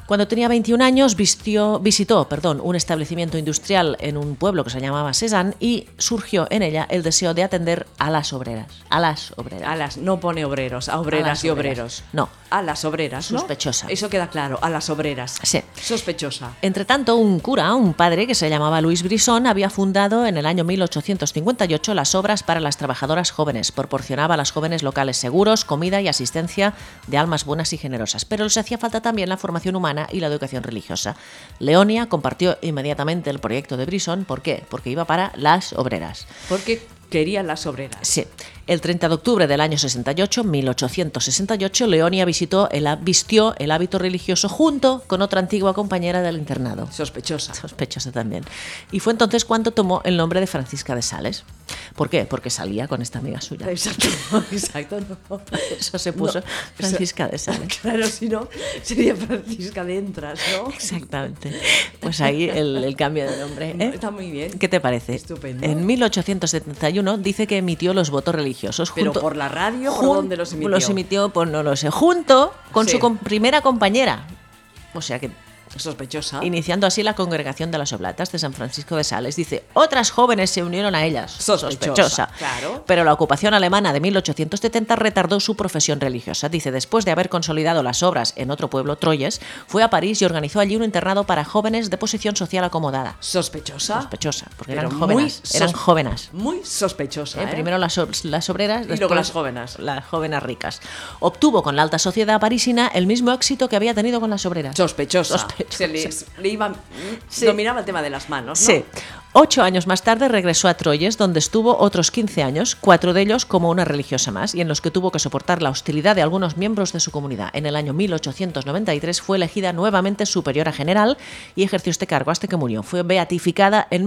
S2: Cuando tenía 21 años vistió- visitó perdón, un establecimiento industrial en un pueblo que se llamaba Cézanne y surgió en ella el deseo de atender a las obreras. A las obreras.
S1: A las, no pone obreros, a obreras
S2: A las
S1: y
S2: obreras.
S1: obreros.
S2: No.
S1: A las obreras, ¿no?
S2: Sospechosa.
S1: Eso queda claro, a las obreras.
S2: Sí.
S1: Sospechosa.
S2: Entre tanto, un cura, un padre que se llamaba Luis Brisson, había fundado en el año 1858 las obras para las trabajadoras jóvenes. Proporcionaba a las jóvenes locales seguros, comida y asistencia de almas buenas y generosas. Pero les hacía falta también la formación humana y la educación religiosa. Leonia compartió inmediatamente el proyecto de Brisson. ¿Por qué? Porque iba para las obreras.
S1: Porque quería las obreras.
S2: Sí. El 30 de octubre del año 68, 1868, Leonia visitó el, há- vistió el hábito religioso junto con otra antigua compañera del internado
S1: Sospechosa.
S2: sospechosa también. Y fue entonces cuando tomó el nombre de Francisca de Sales. ¿Por qué? Porque salía con esta amiga suya.
S1: Exacto, exacto, no.
S2: Eso se puso
S1: Pues, No.
S2: Francisca de Sales.
S1: Claro, si no, sería Francisca de Entras, ¿no?
S2: Exactamente. Pues ahí el, el cambio de nombre. ¿eh?
S1: Está muy bien.
S2: ¿Qué te parece?
S1: Estupendo.
S2: En 1871 dice que emitió los votos religiosos.
S1: Pero
S2: junto-
S1: por la radio, ¿por
S2: jun-
S1: dónde los emitió?
S2: Los emitió, pues no lo sé, junto con
S1: Sí.
S2: su com- primera compañera. O sea que
S1: Sospechosa.
S2: Iniciando así la congregación de las oblatas de San Francisco de Sales, dice, otras jóvenes se unieron a ellas.
S1: Sospechosa, claro.
S2: Pero la ocupación alemana de 1870 retardó su profesión religiosa. Dice, después de haber consolidado las obras en otro pueblo, Troyes, fue a París y organizó allí un internado para jóvenes de posición social acomodada.
S1: Sospechosa.
S2: Sospechosa, porque
S1: Pero
S2: eran
S1: muy
S2: jóvenes. Eran
S1: sos-
S2: jóvenes.
S1: Muy sospechosa.
S2: ¿eh?
S1: ¿eh?
S2: Primero las, ob- las obreras
S1: luego
S2: después
S1: las jóvenes.
S2: Las jóvenes ricas. Obtuvo con la alta sociedad parisina el mismo éxito que había tenido con las obreras.
S1: Sospechosa.
S2: Sospechosa.
S1: Se le, le iba, mm,
S2: Sí.
S1: dominaba el tema de las manos. ¿no?
S2: Sí. Ocho años más tarde regresó a Troyes, donde estuvo otros 15 años, cuatro de ellos como una religiosa más, y en los que tuvo que soportar la hostilidad de algunos miembros de su comunidad. En el año 1893 fue elegida nuevamente superiora general y ejerció este cargo hasta que murió. Fue beatificada en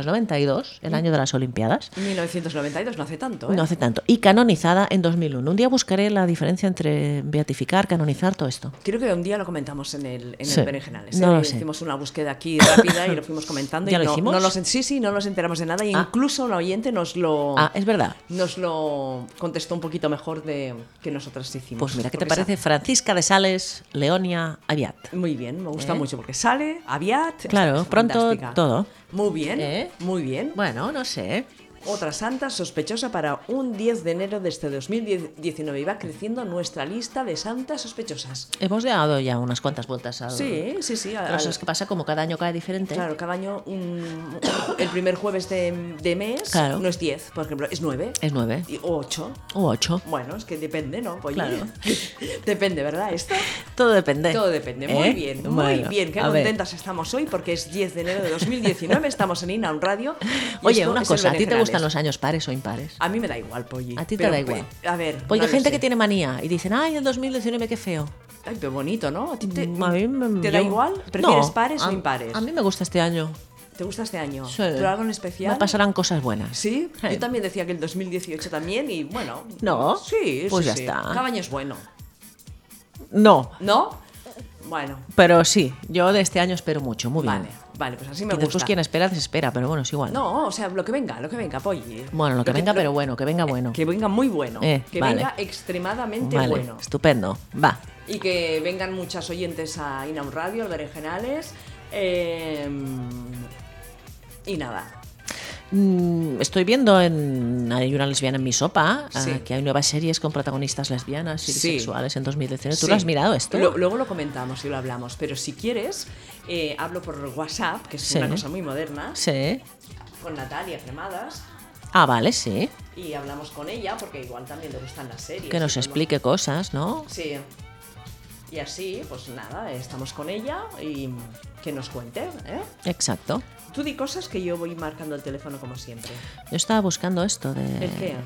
S2: 1992, el año de las Olimpiadas.
S1: 1992, no hace tanto. ¿eh?
S2: No hace tanto. Y canonizada en 2001. Un día buscaré la diferencia entre beatificar, canonizar, todo esto.
S1: Creo que un día lo comentamos en el, en
S2: Sí.
S1: el Berenjenales. ¿eh?
S2: No lo sé.
S1: Hicimos una búsqueda aquí rápida y lo fuimos comentando. y
S2: ¿Ya lo
S1: no,
S2: hicimos?
S1: no nos en- sí, sí, no nos enteramos de nada. E
S2: Ah.
S1: incluso la oyente nos lo,
S2: Ah, es verdad.
S1: nos lo contestó un poquito mejor de que nosotras hicimos.
S2: Pues mira, ¿qué te
S1: Porque
S2: parece Francisca de Sales, Leonia Aviat?
S1: sa- Muy bien, me gusta
S2: ¿Eh?
S1: mucho porque sale, Aviat.
S2: Claro,
S1: es
S2: pronto
S1: fantástica.
S2: todo.
S1: Muy bien,
S2: ¿Eh?
S1: muy bien.
S2: Bueno, no sé.
S1: Otra santa sospechosa para un 10 de enero de este 2019 y va creciendo nuestra lista de santas sospechosas.
S2: Hemos dado ya unas cuantas vueltas al...
S1: Sí, sí, sí. al-
S2: Cosas que pasa como cada año cae diferente.
S1: Claro, cada año un- el primer jueves de, de mes
S2: Claro.
S1: no es 10, por ejemplo, es 9
S2: Es nueve.
S1: y- o 8.
S2: O ocho.
S1: Bueno, es que depende, ¿no? Oye,
S2: Claro.
S1: depende, ¿verdad? Esto
S2: Todo depende.
S1: todo depende.
S2: ¿Eh?
S1: Muy bien, muy
S2: Bueno,
S1: bien. Qué
S2: a ver.
S1: contentas estamos hoy porque es 10 de enero de 2019, estamos en Inaun Radio. y
S2: Oye,
S1: esto
S2: una
S1: es el
S2: cosa, ¿a ti te
S1: Berenjenales.
S2: gustan los años pares o impares?
S1: A mí me da igual, Polly.
S2: A ti te
S1: Pero,
S2: da igual.
S1: pe- A ver.
S2: Porque
S1: no
S2: hay
S1: lo
S2: gente
S1: sé.
S2: que tiene manía y dicen, ay, el 2019 qué feo.
S1: Ay, qué bonito, ¿no? ¿A ti te,
S2: Mm, a mí me-
S1: te da
S2: yo-
S1: igual? ¿Prefieres
S2: No,
S1: pares
S2: a-
S1: o impares?
S2: A mí me gusta este año.
S1: ¿Te gusta este año?
S2: Sí.
S1: ¿Pero algo en especial?
S2: Me pasarán cosas buenas.
S1: ¿Este Sí,
S2: Sí.
S1: yo también decía que el 2018 también y bueno.
S2: Eh. No,
S1: Sí,
S2: pues
S1: sí,
S2: ya
S1: sí.
S2: está.
S1: Cada año es bueno,
S2: No,
S1: ¿no? Bueno,
S2: pero sí, yo de este año espero mucho, muy
S1: vale,
S2: bien.
S1: vale, pues así me
S2: y después
S1: gusta.
S2: quien espera desespera, pero bueno, es igual.
S1: No, o sea, lo que venga, lo que venga, Polly.
S2: Bueno, lo que venga, pero bueno, que venga bueno.
S1: Que venga muy bueno,
S2: Eh,
S1: que
S2: vale.
S1: venga extremadamente
S2: vale,
S1: bueno.
S2: estupendo. Va.
S1: Y que vengan muchas oyentes a Inaun Radio, al Berenjenales. eh, y nada,
S2: Mm, Estoy viendo en Hay una lesbiana en mi sopa, ah,
S1: Sí.
S2: que hay nuevas series con protagonistas lesbianas y
S1: Sí.
S2: bisexuales en 2019. ¿Tú
S1: Sí.
S2: lo has mirado esto?
S1: Lo- luego lo comentamos y lo hablamos, pero si quieres, eh, hablo por WhatsApp, que es
S2: Sí.
S1: una cosa muy moderna,
S2: Sí.
S1: con Natalia Cremadas.
S2: Ah, vale, sí.
S1: y hablamos con ella porque igual también le gustan las series.
S2: Que nos
S1: Y como-
S2: explique cosas, ¿no?
S1: Sí. Y así, pues nada, estamos con ella y que nos cuente. ¿eh?
S2: Exacto.
S1: Tú di cosas que yo voy marcando el teléfono como siempre.
S2: Yo estaba buscando esto de.
S1: ¿El qué?
S2: eh,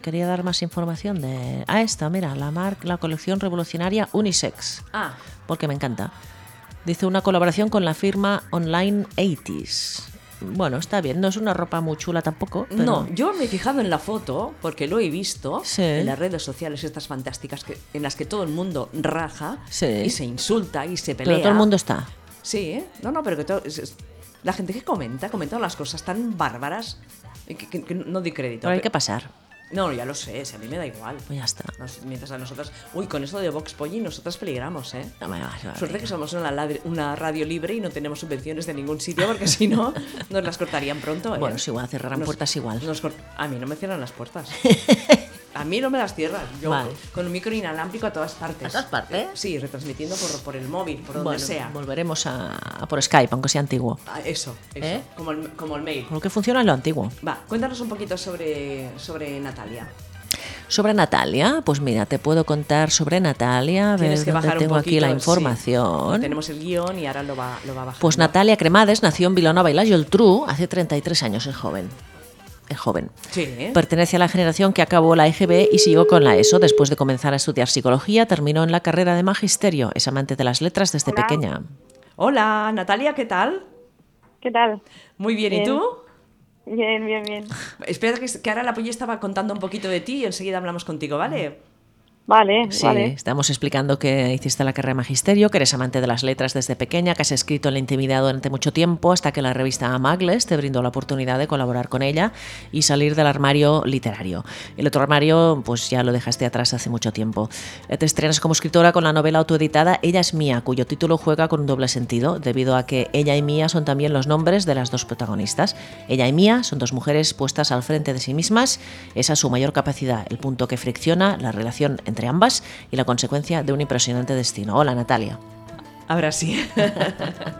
S2: quería dar más información de. Ah, esta, mira, la, mar- la colección revolucionaria Unisex.
S1: Ah,
S2: porque me encanta. Dice una colaboración con la firma Online 80s. Bueno, está bien, no es una ropa muy chula tampoco. pero-
S1: no, yo me he fijado en la foto porque lo he visto
S2: Sí.
S1: en las redes sociales estas fantásticas que, en las que todo el mundo raja
S2: Sí.
S1: y se insulta y se pelea.
S2: Pero todo el mundo está.
S1: Sí, ¿eh? no, no, pero que todo, es- es- la gente que comenta, comenta unas cosas tan bárbaras eh, que, que- que no di crédito.
S2: Pero hay
S1: pero-
S2: que pasar.
S1: No, ya lo sé, si a mí me da igual.
S2: Pues ya está.
S1: Nos- mientras a nosotras. Uy, con eso de Vox Polly nosotras peligramos, ¿eh?
S2: No me vas a-
S1: Suerte que somos una, ladri- una radio libre y no tenemos subvenciones de ningún sitio, porque si no, nos las cortarían pronto. ¿eh?
S2: Bueno, es igual, cerrarán
S1: Nos-
S2: puertas igual.
S1: nos cort- a mí no me cierran las puertas. A mí no me las cierran. Yo
S2: Vale.
S1: con un micro inalámbrico a todas partes. Eh,
S2: ¿A todas partes?
S1: Sí, retransmitiendo por, por el móvil, por donde
S2: Bueno,
S1: sea.
S2: Volveremos a, a por Skype, aunque sea antiguo.
S1: Ah, Eso, eso.
S2: ¿Eh?
S1: Como, el, como el mail.
S2: Por Lo que funciona es lo antiguo.
S1: Va, cuéntanos un poquito sobre, sobre Natalia.
S2: Sobre Natalia, pues mira, te puedo contar sobre Natalia. A ver
S1: Tienes que
S2: dónde
S1: bajar un
S2: tengo
S1: poquito.
S2: aquí la
S1: sí.
S2: información.
S1: Tenemos el guión y ahora lo va, lo va bajando.
S2: Pues Natalia Cremades nació en Vilanova y la Geltrú hace 33 años, es joven. Es joven.
S1: Sí, ¿eh?
S2: Pertenece a la generación que acabó la EGB y siguió con la ESO. Después de comenzar a estudiar psicología, terminó en la carrera de magisterio. Es amante de las letras desde pequeña.
S1: Hola, Natalia, ¿qué tal?
S8: ¿Qué tal?
S1: Muy bien, ¿y
S8: Bien.
S1: tú?
S8: Bien, bien, bien.
S1: Espera que, que ahora la polla estaba contando un poquito de ti y enseguida hablamos contigo, ¿vale?
S8: Vale,
S2: Sí,
S8: vale.
S2: estamos explicando que hiciste la carrera de magisterio, que eres amante de las letras desde pequeña, que has escrito en la intimidad durante mucho tiempo, hasta que la revista Amagles te brindó la oportunidad de colaborar con ella y salir del armario literario. El otro armario, pues ya lo dejaste atrás hace mucho tiempo. Eh, Te estrenas como escritora con la novela autoeditada Ella es mía, cuyo título juega con un doble sentido, debido a que ella y mía son también los nombres de las dos protagonistas. Ella y mía son dos mujeres puestas al frente de sí mismas, esa es su mayor capacidad, el punto que fricciona la relación entre ambas y la consecuencia de un impresionante destino. Hola Natalia.
S1: Ahora sí.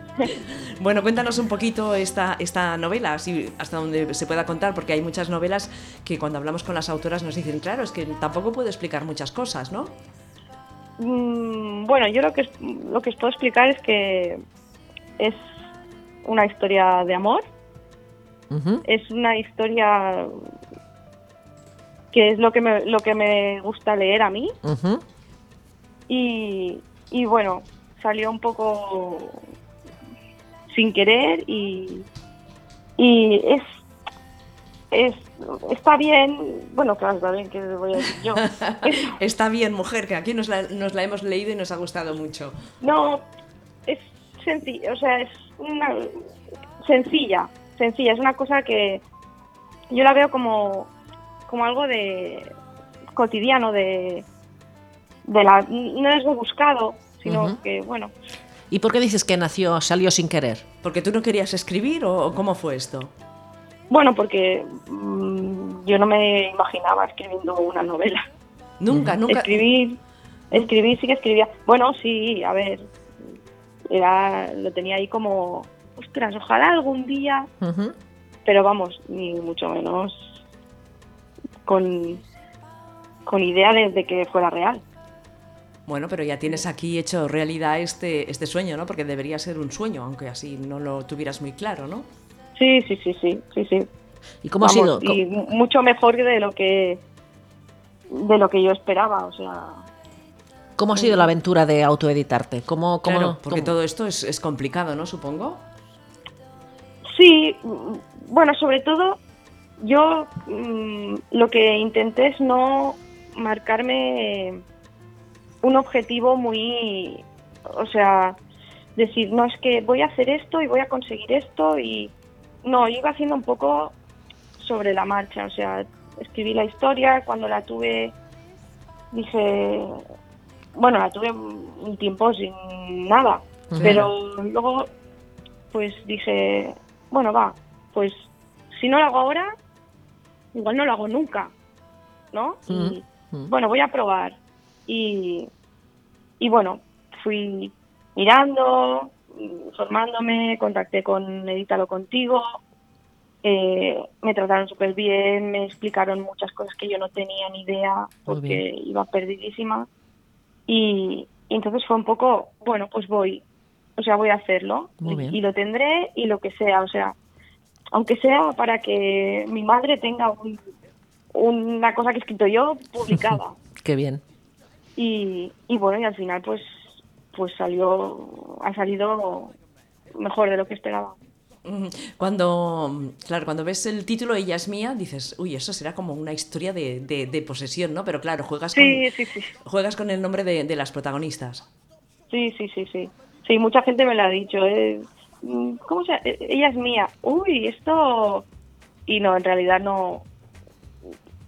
S1: bueno, cuéntanos un poquito esta, esta novela, así hasta donde se pueda contar, porque hay muchas novelas que cuando hablamos con las autoras nos dicen, claro, es que tampoco puedo explicar muchas cosas, ¿no?
S8: Mm, bueno, yo lo que, es- lo que os puedo explicar es que es una historia de amor,
S2: Ujú.
S8: es una historia que es lo que me, lo que me gusta leer a mí
S2: Ujú.
S8: y, y bueno, salió un poco sin querer y, y es, es... Está bien, bueno, claro, está bien, que voy a decir yo? Es-
S1: Está bien, mujer, que aquí nos la, nos la hemos leído y nos ha gustado mucho.
S8: No, es sencilla, o sea, es una sencilla, sencilla, es una cosa que yo la veo como, como algo de cotidiano, de, de la, no es lo buscado, sino
S2: Ujú.
S8: que bueno,
S2: ¿Y por qué dices que nació, salió sin querer?
S1: ¿Porque tú no querías escribir o o cómo fue esto?
S8: bueno, porque mm, yo no me imaginaba escribiendo una novela.
S1: Nunca, nunca.
S8: Escribir, escribir sí que escribía. Bueno, sí, a ver, era, lo tenía ahí como, ostras, ojalá algún día
S2: Ujú.
S8: pero vamos, ni mucho menos con, con idea de, de que fuera real.
S1: Bueno, pero ya tienes aquí hecho realidad este, este sueño, ¿no? Porque debería ser un sueño, aunque así no lo tuvieras muy claro, ¿no?
S8: Sí, sí, sí, sí, sí, sí.
S2: ¿Y cómo ha sido?
S8: Vamos, Y mu- mucho mejor de lo que de lo que yo esperaba, o sea,
S2: ¿Cómo ha sido la aventura de autoeditarte? ¿Cómo, cómo,
S1: Claro, porque
S2: cómo-
S1: todo esto es, es complicado, ¿no? Supongo.
S8: sí, mm, bueno, sobre todo yo mm, lo que intenté es no marcarme un objetivo muy, o sea, decir, no, es que voy a hacer esto y voy a conseguir esto y no, yo iba haciendo un poco sobre la marcha, o sea, escribí la historia, cuando la tuve dije, bueno, la tuve un tiempo sin nada, pero luego pues dije, bueno, va, pues si no lo hago ahora, igual no lo hago nunca, ¿no? Y,
S2: Mm.
S8: bueno, voy a probar. Y, y bueno, fui mirando, formándome, contacté con Edítalo Contigo, eh, me trataron súper bien, me explicaron muchas cosas que yo no tenía ni idea porque iba perdidísima. Y, y entonces fue un poco, bueno, pues voy, o sea, voy a hacerlo
S2: Muy
S8: y-
S2: bien.
S8: y lo tendré y lo que sea, o sea, aunque sea para que mi madre tenga un- una cosa que he escrito yo publicada.
S2: Qué bien.
S8: y, y bueno, y al final pues pues salió, ha salido mejor de lo que esperaba.
S1: Mm, Cuando, claro, cuando ves el título Ella es mía, dices, uy, eso será como una historia de, de- de posesión, ¿no? Pero claro, juegas con,
S8: Sí, sí, sí.
S1: juegas con el nombre de, de las protagonistas.
S8: Sí, sí, sí, sí. Sí, mucha gente me lo ha dicho. eh, mm, ¿Cómo se? eh, Ella es mía. Uy, esto. Y no, en realidad no.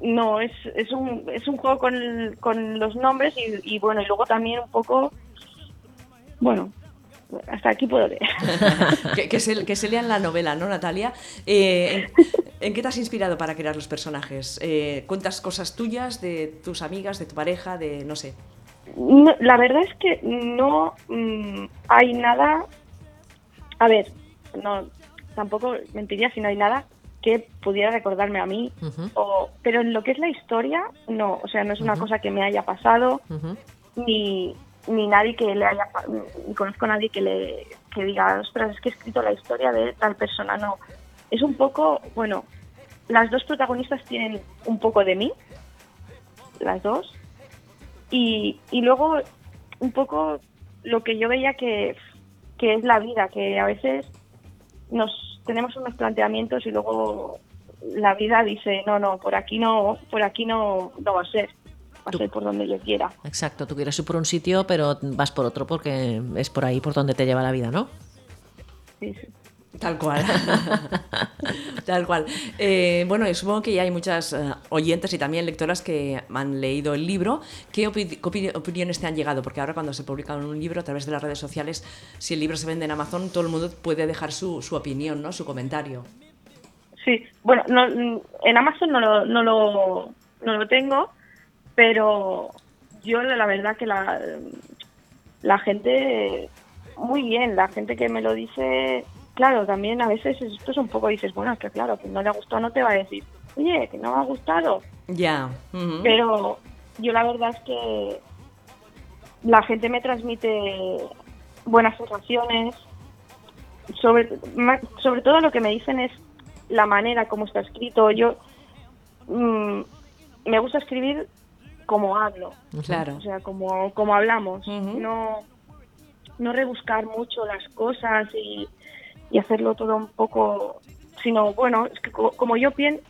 S8: No, es, es, un, es un juego con, el- con los nombres y, y bueno, y luego también un poco. Bueno, hasta aquí puedo leer.
S1: que, que se, que se lean la novela, ¿no, Natalia? Eh, ¿en, en qué te has inspirado para crear los personajes? Eh, ¿Cuentas cosas tuyas, de tus amigas, de tu pareja, de no sé?
S8: No, la verdad es que no mm, hay nada. A ver, no, tampoco mentiría si no hay nada que pudiera recordarme a mí.
S2: Ujú,
S8: o- pero en lo que es la historia, no. O sea, no es una cosa que me haya pasado,
S2: ujú.
S8: ni, ni nadie que le haya. pa- Ni conozco a nadie que le que diga, ostras, es que he escrito la historia de tal persona. No. Es un poco. Bueno, las dos protagonistas tienen un poco de mí, las dos. Y, y luego, un poco lo que yo veía que, que es la vida, que a veces nos tenemos unos planteamientos y luego la vida dice, no, no, por aquí no, por aquí no, no va a ser. pasé por donde yo quiera.
S2: Exacto, tú quieres ir por un sitio, pero vas por otro porque es por ahí por donde te lleva la vida, ¿no?
S8: Sí, sí.
S1: Tal cual. Tal cual. Eh, bueno, y supongo que ya hay muchas eh, oyentes y también lectoras que han leído el libro. ¿Qué opi- opi- opiniones te han llegado? Porque ahora cuando se publica un libro a través de las redes sociales, si el libro se vende en Amazon, todo el mundo puede dejar su, su opinión, ¿no? Su comentario.
S8: Sí, bueno, no, en Amazon no lo, no lo, no lo tengo, pero yo la verdad que la, la gente, muy bien, la gente que me lo dice, claro, también a veces esto es un poco, dices, bueno, es que claro, que no le ha gustado no te va a decir, oye, que no me ha gustado,
S1: Ya. ujú.
S8: pero yo la verdad es que la gente me transmite buenas sensaciones. Sobre, ma- sobre todo lo que me dicen es la manera como está escrito. Yo mm, me gusta escribir como hablo,
S1: Claro.
S8: o sea, como, como hablamos.
S1: Ujú.
S8: No no rebuscar mucho las cosas y, y hacerlo todo un poco, sino bueno, es que co- como yo pienso,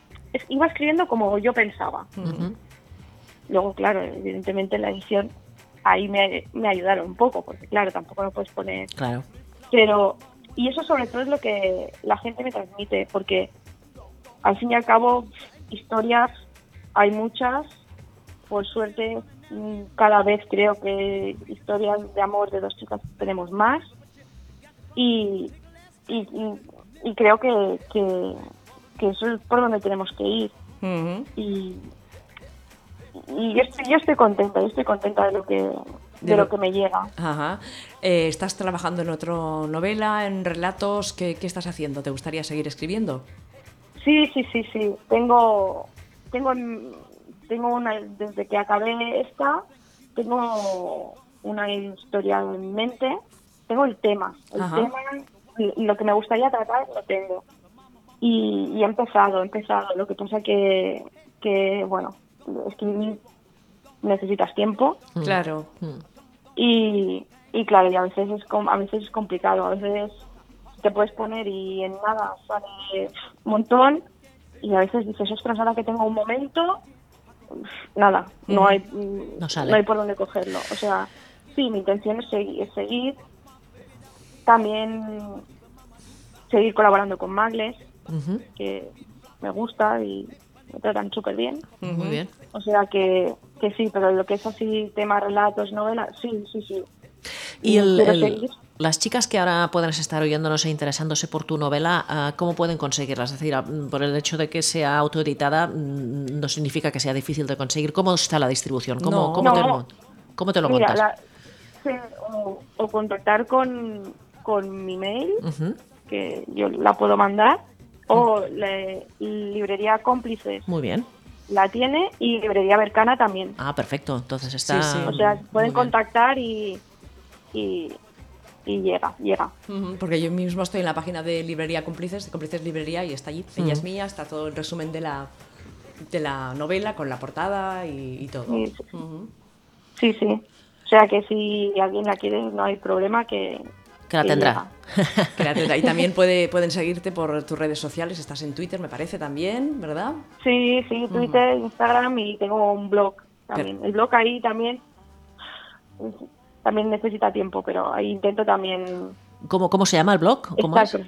S8: iba escribiendo como yo pensaba.
S2: Ujú.
S8: Luego, claro, evidentemente en la edición ahí me, me ayudaron un poco, porque claro, tampoco lo puedes poner.
S2: Claro.
S8: Pero, y eso sobre todo es lo que la gente me transmite, porque al fin y al cabo, historias hay muchas, por suerte, mm, cada vez creo que historias de amor de dos chicas tenemos más, y, y, y- y creo que, que, que eso es por donde tenemos que ir
S1: Ujú.
S8: y, y yo, estoy, yo estoy contenta, yo estoy contenta de lo que de,
S1: De
S8: lo...
S1: lo-
S8: que me llega.
S1: Ajá. Eh, ¿Estás trabajando en otra novela, en relatos? ¿Qué, qué estás haciendo? ¿Te gustaría seguir escribiendo?
S8: Sí, sí, sí, sí. Tengo tengo en- tengo una desde que acabé esta tengo una historia en mente, tengo el tema, el
S1: Ajá.
S8: tema y- y lo que me gustaría tratar lo tengo. Y, y he empezado, he empezado. Lo que pasa que, que bueno, escribir necesitas tiempo.
S1: Claro.
S8: y, y claro, y a veces es com- a veces es complicado, a veces te puedes poner y en nada sale un montón y a veces dices, ostras, ahora que tengo un momento, uf, nada, no
S1: Ujú.
S8: hay mm,
S2: No sale.
S8: hay por dónde cogerlo. O sea, sí, mi intención es segui- es seguir, también seguir colaborando con Magles,
S2: Ujú.
S8: que me gusta y me tratan súper bien.
S2: Muy bien.
S8: O sea que, que sí, pero lo que es así, tema relatos, novelas, sí, sí, sí.
S2: Y el-
S8: Quiero
S2: el-
S8: seguir.
S2: las chicas que ahora puedan estar oyéndonos e interesándose por tu novela, ah, ¿cómo pueden conseguirlas? Es decir, ah, mm, por el hecho de que sea autoeditada, mm, no significa que sea difícil de conseguir. ¿Cómo está la distribución? ¿Cómo,
S1: No.
S2: cómo, Te, lo,
S8: No.
S2: mon- cómo te lo
S8: Mira,
S2: montas?
S8: la- sí, o, o contactar con, con mi mail,
S2: Ujú.
S8: que yo la puedo mandar, o
S2: Mm.
S8: la librería cómplices
S2: Muy bien.
S8: la tiene y librería Bercana también.
S2: Ah, perfecto. Entonces está.
S1: Sí, sí.
S8: O sea, pueden
S2: muy bien.
S8: contactar y, y, y llega, llega.
S1: Ujú, Porque yo mismo estoy en la página de Librería Cómplices, de Cómplices Librería, y está allí, ella es mía, está todo el resumen de la, de la novela con la portada y, y todo.
S8: Sí, sí.
S1: Ujú.
S8: Sí, sí. O sea que si alguien la quiere, no hay problema que...
S2: Que la
S8: que
S2: tendrá.
S8: llega.
S1: Quédate- Y también puede, pueden seguirte por tus redes sociales, estás en Twitter, me parece también, ¿verdad?
S8: Sí, sí, Twitter, Instagram y tengo un blog también. El blog ahí también también necesita tiempo, pero ahí intento también
S2: ¿Cómo, ¿Cómo se llama el blog? ¿Cómo
S8: estar
S2: es?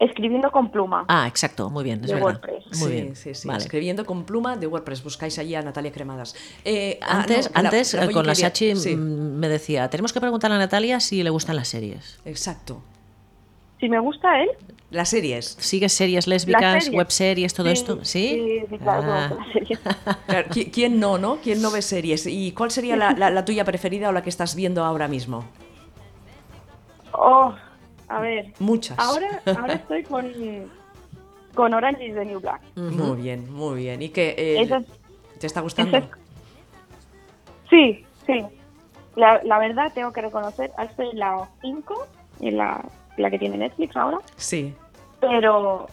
S8: escribiendo con pluma.
S2: Ah, exacto. Muy bien. Es
S8: De
S2: verdad.
S8: WordPress.
S2: Muy
S1: sí,
S2: bien.
S1: sí, sí.
S2: Vale.
S1: Escribiendo con pluma de WordPress, buscáis allí a Natalia Cremadas. Eh, ah,
S2: Antes,
S1: no, que la-
S2: antes
S1: la
S2: eh, con la
S1: polliquería-
S2: Sachi
S1: sí,
S2: mm, me decía, tenemos que preguntarle a Natalia si le gustan las series.
S1: exacto.
S8: Si me gusta él,
S1: Las series.
S2: ¿Sigues series lésbicas,
S8: series.
S2: webseries, todo
S8: Sí,
S2: esto? Sí,
S8: sí, sí, claro,
S2: Ah,
S8: como que la serie.
S1: Claro, ¿qui- ¿Quién no, no? ¿Quién no ve series? ¿Y cuál sería la, la- la tuya preferida o la que estás viendo ahora mismo?
S8: Oh, a ver.
S1: Muchas.
S8: Ahora, ahora estoy con con Orange is the New Black.
S1: Muy bien, muy bien. ¿Y qué? eh,
S8: Esa es-
S1: ¿Te está gustando?
S8: esa Sí, sí. La, la verdad tengo que reconocer, ahora estoy en la 5, en la, la que tiene Netflix ahora,
S1: Sí.
S8: pero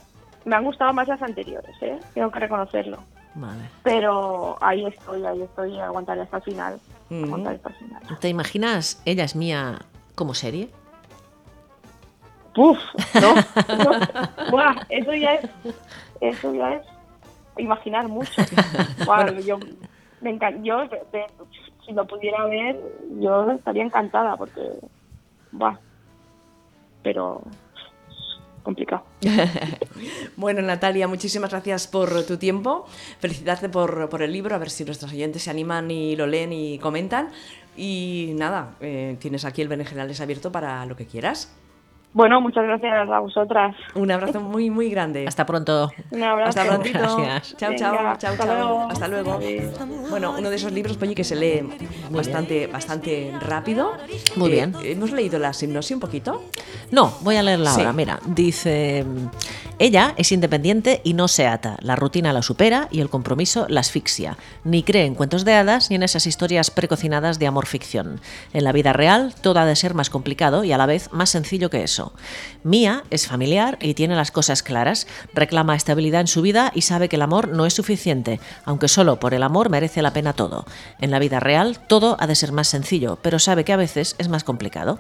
S8: me han gustado más las anteriores, ¿eh? tengo que reconocerlo.
S2: vale.
S8: Pero ahí estoy, ahí estoy, aguantar hasta el final.
S1: Ujú.
S8: Aguantar hasta el final.
S2: ¿Te imaginas Ella es mía como serie?
S8: ¡Puf! No, no. Buah, eso ya es, eso ya es imaginar mucho. Buah, yo- Me encan- yo, de- de- si lo pudiera ver, yo estaría encantada porque, va, pero complicado.
S1: Bueno, Natalia, muchísimas gracias por tu tiempo. Felicitarte por, por el libro, a ver si nuestros oyentes se animan y lo leen y comentan. Y nada, eh, tienes aquí el Berenjenales abierto para lo que quieras.
S8: Bueno, muchas gracias a vosotras.
S1: Un abrazo muy, muy grande.
S2: Hasta pronto.
S8: Un abrazo.
S1: Hasta prontito.
S2: Gracias.
S1: Chao,
S8: Venga,
S1: chao, chao,
S8: hasta
S1: chao.
S8: luego.
S1: Hasta luego. Bueno, uno de esos libros, Polly, que se lee bastante, bastante rápido.
S2: Muy
S1: Eh,
S2: bien.
S1: Hemos leído la simnosis un poquito.
S2: No, voy a leerla
S1: Sí.
S2: ahora. Mira, dice, ella es independiente y no se ata. La rutina la supera y el compromiso la asfixia. Ni cree en cuentos de hadas ni en esas historias precocinadas de amor ficción. En la vida real todo ha de ser más complicado y a la vez más sencillo que eso. Mía es familiar y tiene las cosas claras. Reclama estabilidad en su vida y sabe que el amor no es suficiente, aunque solo por el amor merece la pena todo. En la vida real todo ha de ser más sencillo, pero sabe que a veces es más complicado.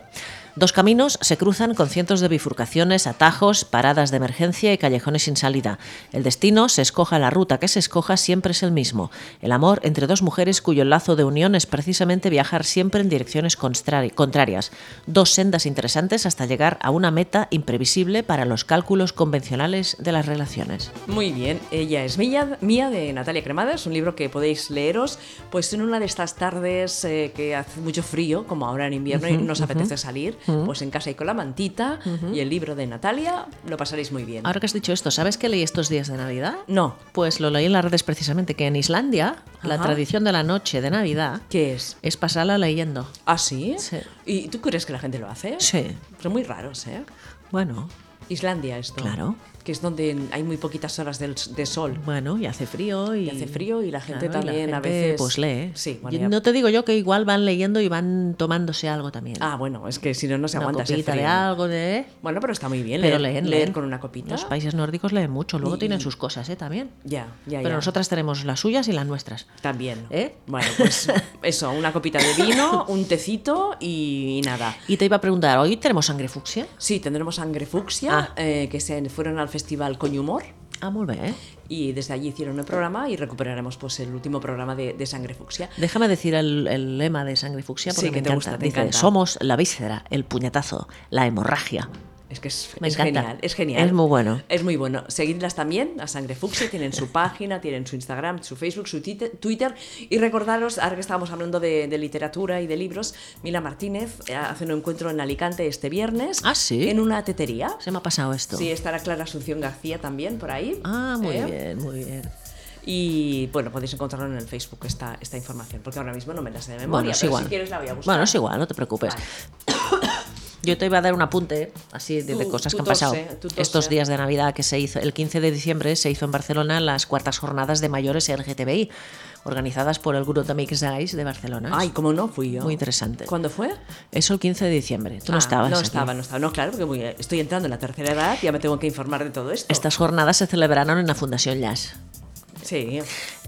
S2: Dos caminos se cruzan con cientos de bifurcaciones, atajos, paradas de emergencia y callejones sin salida. El destino, se escoja la ruta que se escoja, siempre es el mismo. El amor entre dos mujeres cuyo lazo de unión es precisamente viajar siempre en direcciones constra- contrarias. Dos sendas interesantes hasta llegar a una meta imprevisible para los cálculos convencionales de las relaciones.
S1: Muy bien, ella es Mía, Mía de Natalia Cremada, es un libro que podéis leeros pues en una de estas tardes eh, que hace mucho frío, como ahora en invierno y nos apetece salir, pues en casa y con la mantita y el libro de Natalia, lo pasaréis muy bien.
S2: Ahora que has dicho esto, ¿sabes qué leí estos días de Navidad?
S1: No,
S2: Pues lo leí en las redes precisamente, que en Islandia la
S1: Ajá.
S2: tradición de la noche de Navidad
S1: ¿qué es?
S2: es pasarla leyendo.
S1: ¿Ah, sí?
S2: Sí.
S1: ¿Y tú crees que la gente lo hace?
S2: Sí.
S1: Pero muy raros, ¿eh?
S2: Bueno,
S1: Islandia esto.
S2: Claro.
S1: Que es donde hay muy poquitas horas del- de sol.
S2: Bueno, y hace frío y,
S1: Y hace frío y la gente
S2: Claro, y la
S1: también a
S2: gente,
S1: veces-
S2: pues lee.
S1: Sí,
S2: Y
S1: bueno, ya-
S2: no te digo yo que igual van leyendo y van tomándose algo también.
S1: Ah, bueno, es que si no, no se
S2: una
S1: aguanta ese
S2: copita de
S1: frío.
S2: algo de ¿eh?
S1: Bueno, pero está muy bien
S2: pero
S1: leer,
S2: leen,
S1: leer
S2: leen.
S1: con una copita.
S2: Los países nórdicos leen mucho, luego
S1: Y-
S2: tienen sus cosas, ¿eh? También.
S1: Ya, ya,
S2: Pero
S1: ya.
S2: nosotras tenemos las suyas y las nuestras.
S1: También.
S2: ¿Eh?
S1: Bueno, pues eso, una copita de vino, un tecito y, nada.
S2: Y te iba a preguntar, ¿hoy tenemos sangre fucsia?
S1: Sí, tendremos Sangre Fucsia,
S2: Ah.
S1: eh, que se fueron al festival Coñumor
S2: Ah, muy bien. ¿eh?
S1: y desde allí hicieron el programa y recuperaremos pues el último programa de, de Sangre Fucsia.
S2: Déjame decir el, el lema de sangre fucsia porque
S1: Sí,
S2: me
S1: que te
S2: encanta.
S1: gusta, te
S2: Dice,
S1: encanta.
S2: somos la víscera, el puñetazo, la hemorragia.
S1: Es que es,
S2: Me
S1: es
S2: encanta.
S1: genial, es genial.
S2: Es muy bueno.
S1: Es muy bueno. Seguidlas también a Sangre Fucsia, tienen su página, tienen su Instagram, su Facebook, su tite- Twitter. Y recordaros, ahora que estábamos hablando de, de literatura y de libros, Mila Martínez eh, hace un encuentro en Alicante este viernes.
S2: Ah, ¿sí?
S1: En una tetería.
S2: Se me ha pasado esto.
S1: Sí, estará Clara Asunción García también por ahí.
S2: Ah, muy
S1: ¿eh?
S2: bien, muy bien.
S1: Y bueno, podéis encontrarlo en el Facebook esta, esta información, porque ahora mismo no me la sé de memoria.
S2: Bueno, es
S1: pero
S2: igual.
S1: si quieres la voy a buscar.
S2: Bueno, es igual, no te preocupes.
S1: Vale.
S2: Yo te iba a dar un apunte así de, de
S1: Tú-
S2: cosas
S1: tú
S2: que han pasado
S1: tose, tú tose.
S2: estos días de Navidad que se hizo. El 15 de diciembre se hizo en Barcelona las cuartas jornadas de mayores LGTBI, organizadas por el grupo de Mix Guys de Barcelona.
S1: Ay, cómo no fui yo.
S2: Muy interesante.
S1: ¿Cuándo fue?
S2: Eso el 15 de diciembre. Tú
S1: Ah,
S2: no estabas. ¿eh?
S1: No
S2: aquí.
S1: estaba, no estaba. No, claro, porque voy- estoy entrando en la tercera edad, ya me tengo que informar de todo esto.
S2: Estas jornadas se celebraron en la Fundación Jazz.
S1: Sí,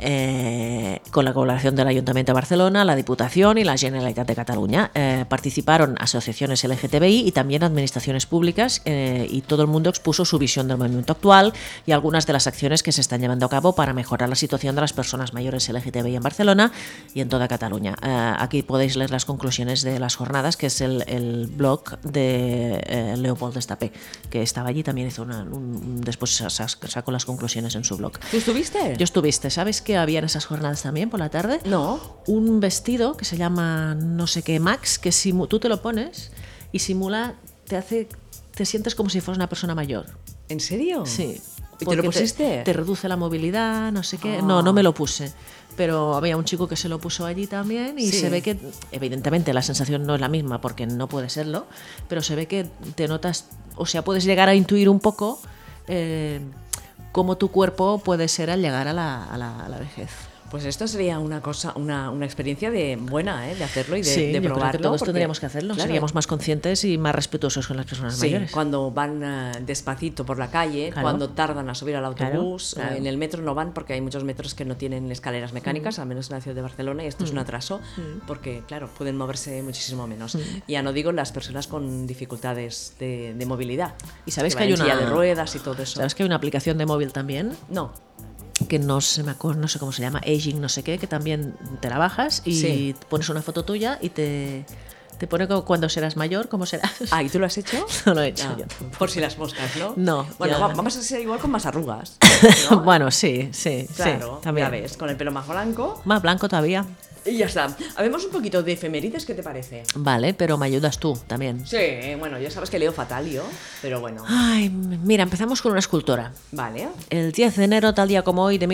S2: eh, con la colaboración del Ayuntamiento de Barcelona, la Diputación y la Generalitat de Cataluña. Eh, participaron asociaciones LGTBI y también administraciones públicas eh, y todo el mundo expuso su visión del movimiento actual y algunas de las acciones que se están llevando a cabo para mejorar la situación de las personas mayores LGTBI en Barcelona y en toda Cataluña. Eh, aquí podéis leer las conclusiones de las jornadas, que es el, el blog de eh, Leopold Estapé, que estaba allí también hizo una- un- un- después sa- sa- sacó las conclusiones en su blog.
S1: ¿tú estuviste?
S2: Yo estuviste, ¿sabes qué había en esas jornadas también por la tarde?
S1: no.
S2: Un vestido que se llama no sé qué Max, que simu- tú te lo pones y simula, te hace, te sientes como si fueras una persona mayor.
S1: ¿En serio?
S2: Sí.
S1: ¿Y te
S2: porque
S1: lo pusiste?
S2: Te, Ah. reduce la movilidad, no sé qué. No, no me lo puse. Pero había un chico que se lo puso allí también y
S1: Sí.
S2: se ve que, evidentemente, la sensación no es la misma porque no puede serlo, pero se ve que te notas, o sea, puedes llegar a intuir un poco eh, cómo tu cuerpo puede ser al llegar a la, a la- a la vejez.
S1: Pues esto sería una cosa, una, una experiencia de buena, ¿eh? De hacerlo y de,
S2: sí,
S1: de
S2: yo creo que
S1: probarlo.
S2: todos
S1: porque,
S2: tendríamos que hacerlo,
S1: claro,
S2: seríamos más conscientes y más respetuosos con las personas
S1: Sí,
S2: mayores.
S1: cuando van eh, despacito por la calle,
S2: Claro.
S1: cuando tardan a subir al autobús,
S2: Claro, claro.
S1: eh, en el metro no van porque hay muchos metros que no tienen escaleras
S2: Mm.
S1: mecánicas, al menos en la ciudad de Barcelona, y esto es un atraso porque, claro, pueden moverse muchísimo
S2: Mm.
S1: menos. Ya no digo las personas con dificultades de, de movilidad.
S2: Y sabéis que
S1: van
S2: hay
S1: en
S2: una-
S1: silla de ruedas y todo eso.
S2: ¿Sabes que hay una aplicación de móvil también
S1: No,
S2: que que no, se me acuerdo, no sé cómo se llama, aging no sé qué, que también te la bajas y
S1: Sí.
S2: pones una foto tuya y te, te pone como cuando serás mayor, cómo serás.
S1: Ah, ¿y tú lo has hecho?
S2: No lo he hecho
S1: Ah,
S2: yo.
S1: por si las moscas, ¿no?
S2: No,
S1: Bueno,
S2: ya
S1: va-
S2: no.
S1: vamos a ser igual con más arrugas.
S2: bueno, sí, sí,
S1: Claro,
S2: sí, también.
S1: ya ves, con el pelo más blanco.
S2: Más blanco todavía.
S1: Y ya está. Habemos un poquito de efemérides, ¿qué te parece?
S2: Vale, pero me ayudas tú también.
S1: Sí, bueno, ya sabes que leo fatal yo, pero bueno.
S2: Ay, mira, empezamos con una escultora.
S1: Vale.
S2: El 10 de enero, tal día como hoy, de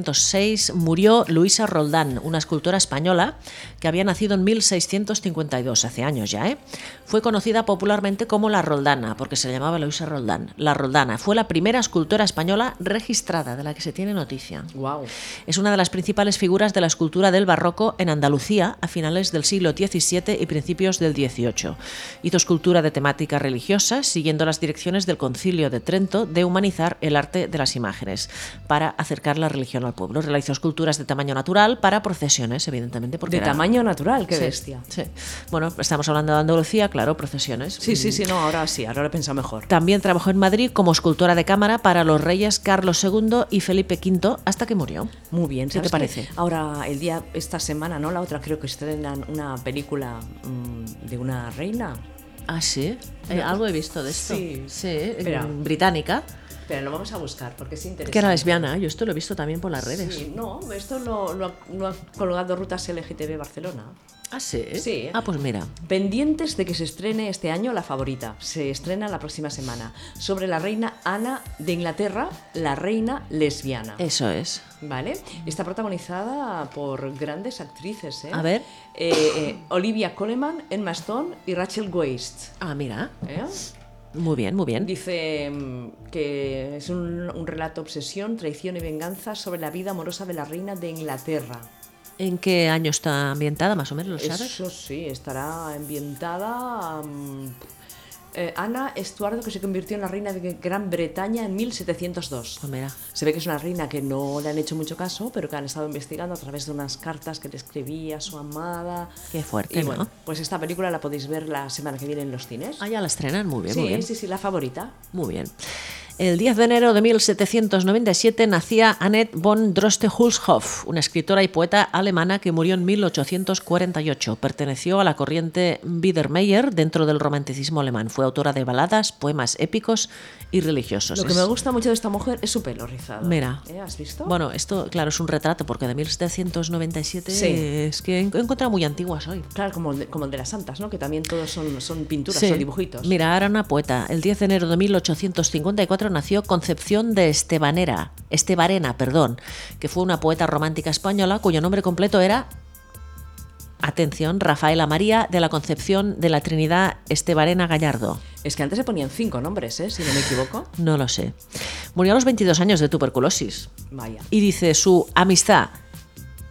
S2: 1706, murió Luisa Roldán, una escultora española que había nacido en 1652, hace años ya. ¿eh? Fue conocida popularmente como la Roldana, porque se llamaba Luisa Roldán. La Roldana fue la primera escultora española registrada de la que se tiene noticia.
S1: Wow.
S2: Es una de las principales figuras de la escultura del barroco en Andalucía a finales del siglo XVII y principios del XVIII. Hizo escultura de temática religiosa siguiendo las direcciones del Concilio de Trento de humanizar el arte de las imágenes para acercar la religión al pueblo. Realizó esculturas de tamaño natural para procesiones, evidentemente, porque
S1: De
S2: era-
S1: tamaño natural, qué
S2: Sí,
S1: bestia.
S2: sí. Bueno, estamos hablando de Andalucía, claro, procesiones.
S1: Sí, sí, sí, no, ahora sí, ahora lo he pensado mejor.
S2: También trabajó en Madrid como escultora de cámara para los reyes Carlos II y Felipe V hasta que murió.
S1: Muy bien,
S2: ¿Qué te
S1: ¿sabes
S2: parece?
S1: Ahora, el día, esta semana, ¿no? La otra, creo que estrenan una película mm, de una reina.
S2: Ah, sí. Eh, algo he visto de esto.
S1: Sí.
S2: eh,
S1: Espera.
S2: británica.
S1: Pero lo vamos a buscar porque es interesante.
S2: Que era lesbiana. Yo esto lo he visto también por las redes.
S1: Sí, no, esto lo, lo, ha- lo ha colgado Rutas LGTB Barcelona.
S2: Ah, sí.
S1: Sí.
S2: Ah, pues mira.
S1: Pendientes de que se estrene este año La Favorita. Se estrena la próxima semana. Sobre la reina Ana de Inglaterra, la reina lesbiana.
S2: Eso es.
S1: ¿Vale? Está protagonizada por grandes actrices, ¿eh?
S2: A ver.
S1: Eh, eh, Olivia Coleman, Emma Stone y Rachel Weisz.
S2: Ah, mira.
S1: ¿eh?
S2: Muy bien, muy bien.
S1: Dice mm, que es un, un relato obsesión, traición y venganza sobre la vida amorosa de la reina de Inglaterra.
S2: ¿En qué año está ambientada, más o menos, lo sabes?
S1: Eso sí, estará ambientada. mm, eh, Ana Estuardo, que se convirtió en la reina de Gran Bretaña en 1702.
S2: Pues mira.
S1: Se ve que es una reina que no le han hecho mucho caso, pero que han estado investigando a través de unas cartas que le escribía su amada.
S2: Qué fuerte,
S1: Y
S2: ¿no?
S1: bueno, pues esta película la podéis ver la semana que viene en los cines.
S2: Ah, ya la estrenan. Muy bien,
S1: sí,
S2: muy bien.
S1: sí, sí, la favorita.
S2: Muy bien. El 10 de enero de 1797 nacía Annette von Droste-Hulshoff, una escritora y poeta alemana que murió en 1848. Perteneció a la corriente Biedermeier dentro del romanticismo alemán. Fue autora de baladas, poemas épicos y religiosos.
S1: Lo que
S2: Pues Es-
S1: me gusta mucho de esta mujer es su pelo rizado.
S2: Mira.
S1: ¿Eh? ¿Has visto?
S2: Bueno, esto, claro, es un retrato porque de 1797
S1: Sí.
S2: es que he encontrado muy antiguas hoy.
S1: Claro, como el, de, como el de las santas, ¿no? Que también todos son, son pinturas,
S2: Sí.
S1: son dibujitos.
S2: Mira, era una poeta. El 10 de enero de 1854 nació Concepción de Estebanera, Estebarena, perdón, que fue una poeta romántica española cuyo nombre completo era Atención, Rafaela María de la Concepción de la Trinidad Estebarena Gallardo.
S1: Es que antes se ponían cinco nombres, ¿eh? Si no me equivoco.
S2: No lo sé. Murió a los 22 años de tuberculosis.
S1: Vaya.
S2: Y dice su amistad,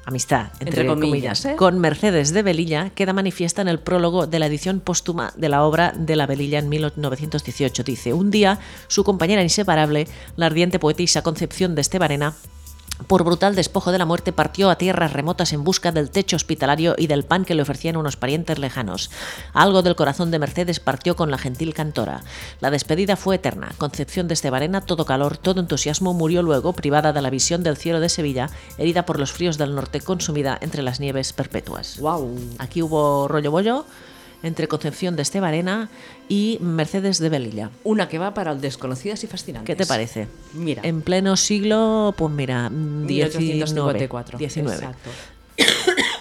S2: amistad, entre,
S1: Entre comillas,
S2: comillas,
S1: ¿eh?
S2: con Mercedes de Belilla queda manifiesta en el prólogo de la edición póstuma de la obra de la Belilla en 1918. Dice, un día su compañera inseparable, la ardiente poetisa Concepción de Estebarena, por brutal despojo de la muerte partió a tierras remotas en busca del techo hospitalario y del pan que le ofrecían unos parientes lejanos. Algo del corazón de Mercedes partió con la gentil cantora. La despedida fue eterna. Concepción de Estebarena, todo calor, todo entusiasmo, murió luego privada de la visión del cielo de Sevilla, herida por los fríos del norte, consumida entre las nieves perpetuas.
S1: ¡Wow!
S2: Aquí hubo rollo bollo entre Concepción de Estebarena y Mercedes de Belilla.
S1: Una que va para desconocidas y fascinantes.
S2: ¿Qué te parece?
S1: Mira.
S2: En pleno siglo, pues mira,
S1: 1854.
S2: 19.
S1: Exacto.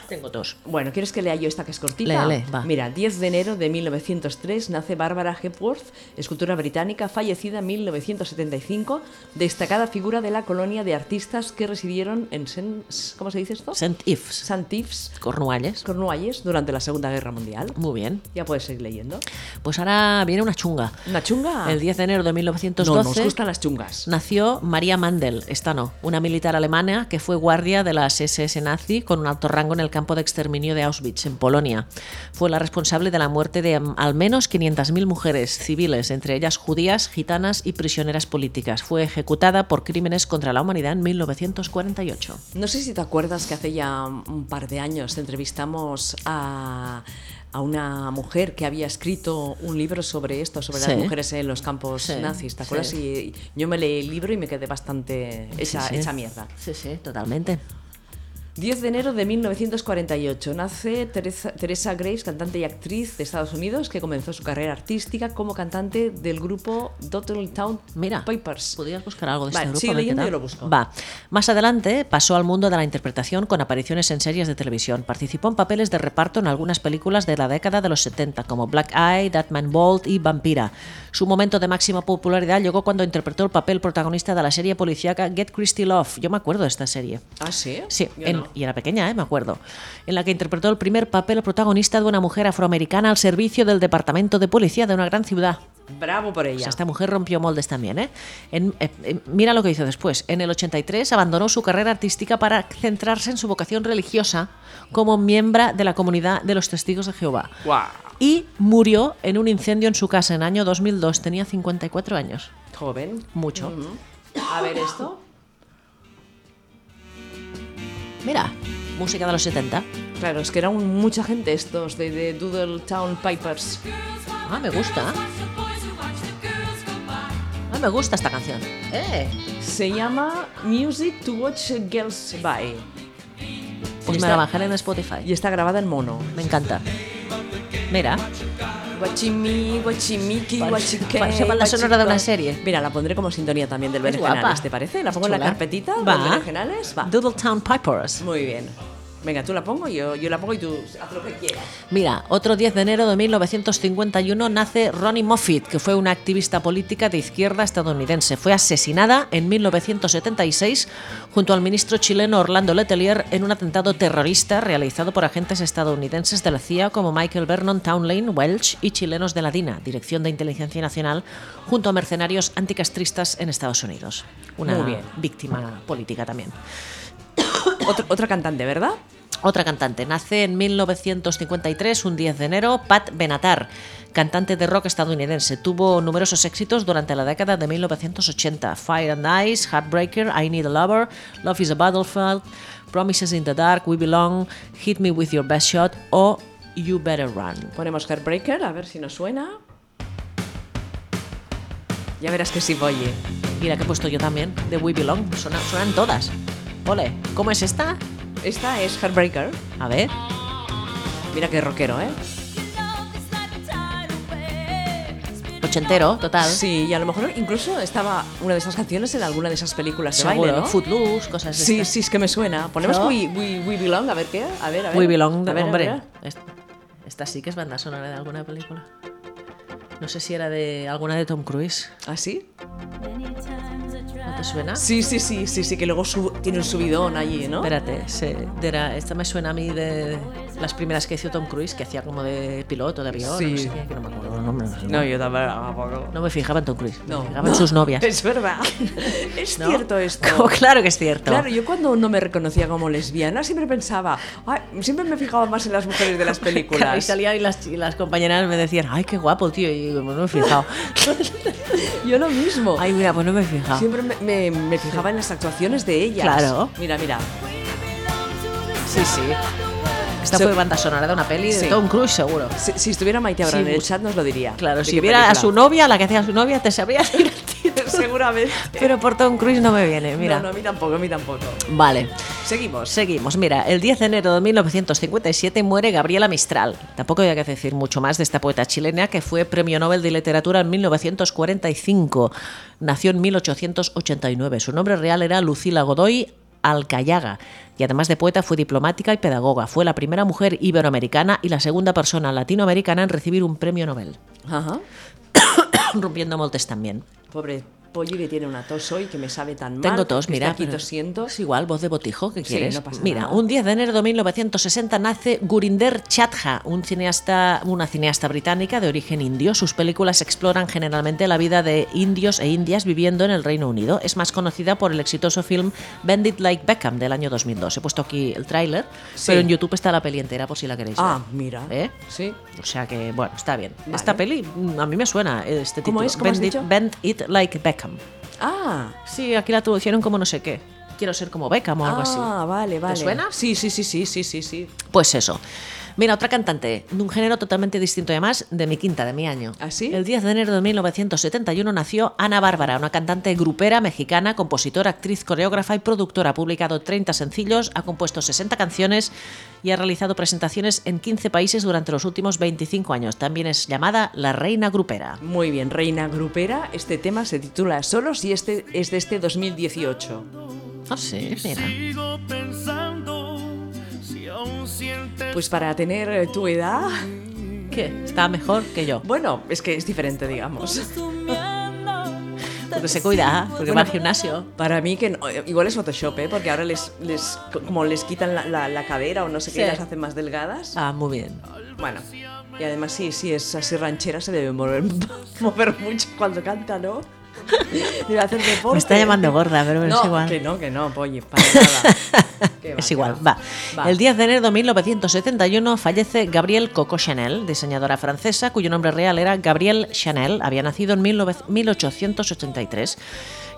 S2: Tengo dos.
S1: Bueno, ¿quieres que lea yo esta que es cortita?
S2: Léele, va.
S1: Mira, 10 de enero de 1903 nace Barbara Hepworth, escultora británica, fallecida en 1975, destacada figura de la colonia de artistas que residieron en Sen- ¿cómo se dice esto?
S2: St. Ives,
S1: St. Ives,
S2: Cornualles.
S1: Cornualles, durante la Segunda Guerra Mundial.
S2: Muy bien.
S1: Ya puedes seguir leyendo.
S2: Pues ahora viene una chunga.
S1: ¿Una chunga?
S2: El 10 de enero de
S1: Ah. No, nos
S2: 1912
S1: gustan las chungas.
S2: nació María Mandel, esta no, una militar alemana que fue guardia de las SS nazi con un alto rango en el campo de exterminio de Auschwitz, en Polonia. Fue la responsable de la muerte de mm, al menos 500.000 mujeres civiles, entre ellas judías, gitanas y prisioneras políticas. Fue ejecutada por crímenes contra la humanidad en 1948.
S1: No sé si te acuerdas que hace ya un par de años te entrevistamos a, a una mujer que había escrito un libro sobre esto, sobre
S2: Sí.
S1: las mujeres en los campos
S2: Sí,
S1: nazis. ¿Te acuerdas?
S2: sí.
S1: Y yo me leí el libro y me quedé bastante hecha,
S2: Sí, sí.
S1: hecha mierda.
S2: Sí, sí, totalmente.
S1: 10 de enero de 1948 nace Teresa, Teresa Graves, cantante y actriz de Estados Unidos, que comenzó su carrera artística como cantante del grupo Dottleton
S2: Mira,
S1: Papers.
S2: podrías buscar algo de
S1: Vale,
S2: este grupo.
S1: sigue
S2: a ver qué
S1: leyendo y yo
S2: tal.
S1: lo busco.
S2: Va. Más adelante pasó al mundo de la interpretación con apariciones en series de televisión. Participó en papeles de reparto en algunas películas de la década de los 70, como Black Eye, Batman Bolt y Vampira. Su momento de máxima popularidad llegó cuando interpretó el papel protagonista de la serie policíaca Get Christy Love. Yo me acuerdo de esta serie.
S1: Ah, sí.
S2: Sí,
S1: Yo
S2: en-
S1: no.
S2: y era pequeña, ¿eh? me acuerdo. En la que interpretó el primer papel protagonista de una mujer afroamericana al servicio del departamento de policía de una gran ciudad.
S1: Bravo por
S2: O
S1: ella.
S2: sea, esta mujer rompió moldes también, ¿eh? En- eh, eh, Mira lo que hizo después. En el 83 abandonó su carrera artística para centrarse en su vocación religiosa como miembro de la comunidad de los testigos de Jehová.
S1: Guau.
S2: Y murió en un incendio en su casa en año 2002. Tenía 54 años.
S1: Joven.
S2: Mucho.
S1: A ver esto.
S2: Mira, música de los 70.
S1: Claro, es que eran mucha gente estos de, de Doodletown Pipers.
S2: Ah, me gusta. Ah, me gusta esta canción. Eh,
S1: Se llama Music to Watch Girls By
S2: pues me la bajaré en Spotify.
S1: y está grabada en mono.
S2: Me encanta. Mira,
S1: Guachimi, guachimiki,
S2: Parece-
S1: guachique,
S2: parece banda sonora de una
S1: guachico.
S2: serie.
S1: Mira, la pondré como sintonía también del
S2: Es guapa.
S1: Berenjenales, ¿te parece? La pongo en la
S2: Chula.
S1: carpetita
S2: Va.
S1: del Berenjenales. Va.
S2: Doodletown Pipers.
S1: Muy bien. Venga, tú la pongo, yo, yo la pongo y tú haz lo que quieras.
S2: Mira, otro 10 de enero de 1951 nace Ronnie Moffitt, que fue una activista política de izquierda estadounidense. Fue asesinada en 1976 junto al ministro chileno Orlando Letelier en un atentado terrorista realizado por agentes estadounidenses de la CIA como Michael Vernon Townley, Welch y chilenos de la DINA, Dirección de Inteligencia Nacional, junto a mercenarios anticastristas en Estados Unidos. Una
S1: Muy bien.
S2: víctima política también.
S1: Otra- otra cantante, ¿verdad?
S2: Otra cantante. Nace en 1953, un 10 de enero, Pat Benatar, cantante de rock estadounidense. Tuvo numerosos éxitos durante la década de 1980. Fire and Ice, Heartbreaker, I Need a Lover, Love is a Battlefield, Promises in the Dark, We Belong, Hit Me With Your Best Shot o You Better Run.
S1: Ponemos Heartbreaker, a ver si nos suena. Ya verás que sí, oye.
S2: Mira que he puesto yo también, de We Belong. Suena- suenan todas. Ole, ¿cómo es esta?
S1: Esta es Heartbreaker.
S2: A ver.
S1: Mira qué rockero, ¿eh?
S2: Ochentero, total.
S1: Sí, y a lo mejor incluso estaba una de esas canciones en alguna de esas películas de
S2: Seguro,
S1: baile, ¿no?
S2: Footloose, cosas de
S1: Sí,
S2: estas.
S1: sí, es que me suena. Ponemos
S2: ¿No?
S1: we, we, We Belong, a ver qué. A ver, a ver.
S2: We Belong,
S1: a ver, a
S2: hombre.
S1: ver.
S2: Est- Esta sí que es banda sonora de alguna película. No sé si era de alguna de Tom Cruise.
S1: ¿Ah, sí?
S2: ¿No te suena?
S1: Sí, sí, sí, sí, sí, que luego su- tiene un subidón allí, ¿no?
S2: Espérate, se- de la- esta me suena a mí de las primeras que hizo Tom Cruise, que hacía como de piloto, de avión,
S1: Sí.
S2: no sé qué, que no me acuerdo el nombre. No, sé.
S1: No, yo tampoco.
S2: No me fijaba en Tom Cruise, me
S1: No.
S2: fijaba en sus novias.
S1: Es verdad. Es
S2: ¿no?
S1: cierto esto.
S2: Como, claro que es cierto.
S1: Claro, yo cuando no me reconocía como lesbiana siempre pensaba, "Ay, siempre me fijaba más en las mujeres de las
S2: Claro, y
S1: películas.
S2: salía y las, y las compañeras me decían, ay, qué guapo, tío, y yo, "Pues no me he fijado.
S1: Yo lo mismo.
S2: ay, mira, pues no me he fijado.
S1: Siempre me, me- me fijaba en las actuaciones de ellas.
S2: Claro.
S1: Mira, mira.
S2: Sí, sí. Esta
S1: Se-
S2: fue banda sonora de una peli de
S1: Sí.
S2: Tom Cruise, seguro.
S1: Si, si estuviera Maite ahora
S2: Sí,
S1: en el
S2: bu-
S1: chat nos lo diría.
S2: Claro,
S1: ¿De
S2: si
S1: qué
S2: viera a su
S1: película?
S2: novia, la que hacía su novia, te sabría decir el título.
S1: Seguramente.
S2: Pero por Tom Cruise no me viene, mira.
S1: No, no, a mí tampoco, a mí tampoco.
S2: Vale.
S1: Seguimos.
S2: Seguimos. Mira, el 10 de enero de 1957 muere Gabriela Mistral. Tampoco hay que decir mucho más de esta poeta chilena que fue Premio Nobel de Literatura en 1945. Nació en 1889. Su nombre real era Lucila Godoy Alcayaga y además de poeta fue diplomática y pedagoga. Fue la primera mujer iberoamericana y la segunda persona latinoamericana en recibir un premio Nobel.
S1: Ajá.
S2: rompiendo moltes también.
S1: Pobre Polly que tiene una tos hoy que me sabe tan mal.
S2: Tengo tos,
S1: que
S2: mira.
S1: Está aquí
S2: pero
S1: tosiendo.
S2: Es igual, voz de botijo, ¿qué
S1: Sí,
S2: quieres?
S1: no pasa
S2: mira,
S1: nada.
S2: un 10 de enero de 1960 nace Gurinder Chadha, un cineasta, una cineasta británica de origen indio. Sus películas exploran generalmente la vida de indios e indias viviendo en el Reino Unido. Es más conocida por el exitoso film Bandit Like Beckham del año 2002. He puesto aquí el tráiler,
S1: Sí.
S2: pero en YouTube está la peli entera por si la queréis
S1: Ah,
S2: ver.
S1: mira.
S2: ¿Eh?
S1: Sí.
S2: O sea que, bueno, está bien.
S1: Vale.
S2: Esta peli, mm, a mí me suena eh, este
S1: ¿Cómo
S2: título.
S1: es? ¿Cómo has
S2: Bend it-
S1: dicho?
S2: Bend It Like Beckham.
S1: Ah,
S2: Sí, aquí la traducieron como no sé qué. Quiero ser como Beckham o algo así.
S1: Ah, vale, vale.
S2: suena?
S1: Sí, sí, sí, sí, sí, sí, sí.
S2: Pues eso. Mira, otra cantante de un género totalmente distinto, además, de mi quinta, de mi año.
S1: ¿Ah, sí?
S2: El 10 de enero de 1971 nació Ana Bárbara, una cantante grupera mexicana, compositora, actriz, coreógrafa y productora. Ha publicado 30 sencillos, ha compuesto 60 canciones y ha realizado presentaciones en 15 países durante los últimos 25 años. También es llamada la reina grupera.
S1: Muy bien, Reina Grupera. Este tema se titula Solos y este es de este 2018.
S2: Ah, sí, mira.
S1: Pues para tener eh, tu edad,
S2: ¿Qué? Está mejor que yo.
S1: bueno, es que es diferente, digamos.
S2: Porque se cuida, ¿eh? porque va al gimnasio.
S1: Para mí que no- eh, igual es Photoshop, ¿eh? porque ahora les, les como les quitan la, la- la cadera o no sé qué,
S2: Sí.
S1: y las hacen más delgadas.
S2: Ah, muy bien.
S1: Bueno, y además sí, sí, es así ranchera, se debe mover, mover mucho cuando canta, ¿no? Debe hacer deporte.
S2: Me está llamando gorda, pero es
S1: no,
S2: igual.
S1: que no, que no, Polly, para nada. Que va,
S2: Es
S1: que
S2: igual, va.
S1: Va.
S2: El 10 de enero de 1971 fallece Gabrielle Coco Chanel, diseñadora francesa cuyo nombre real era Gabrielle Chanel. Había nacido en 19- 1883.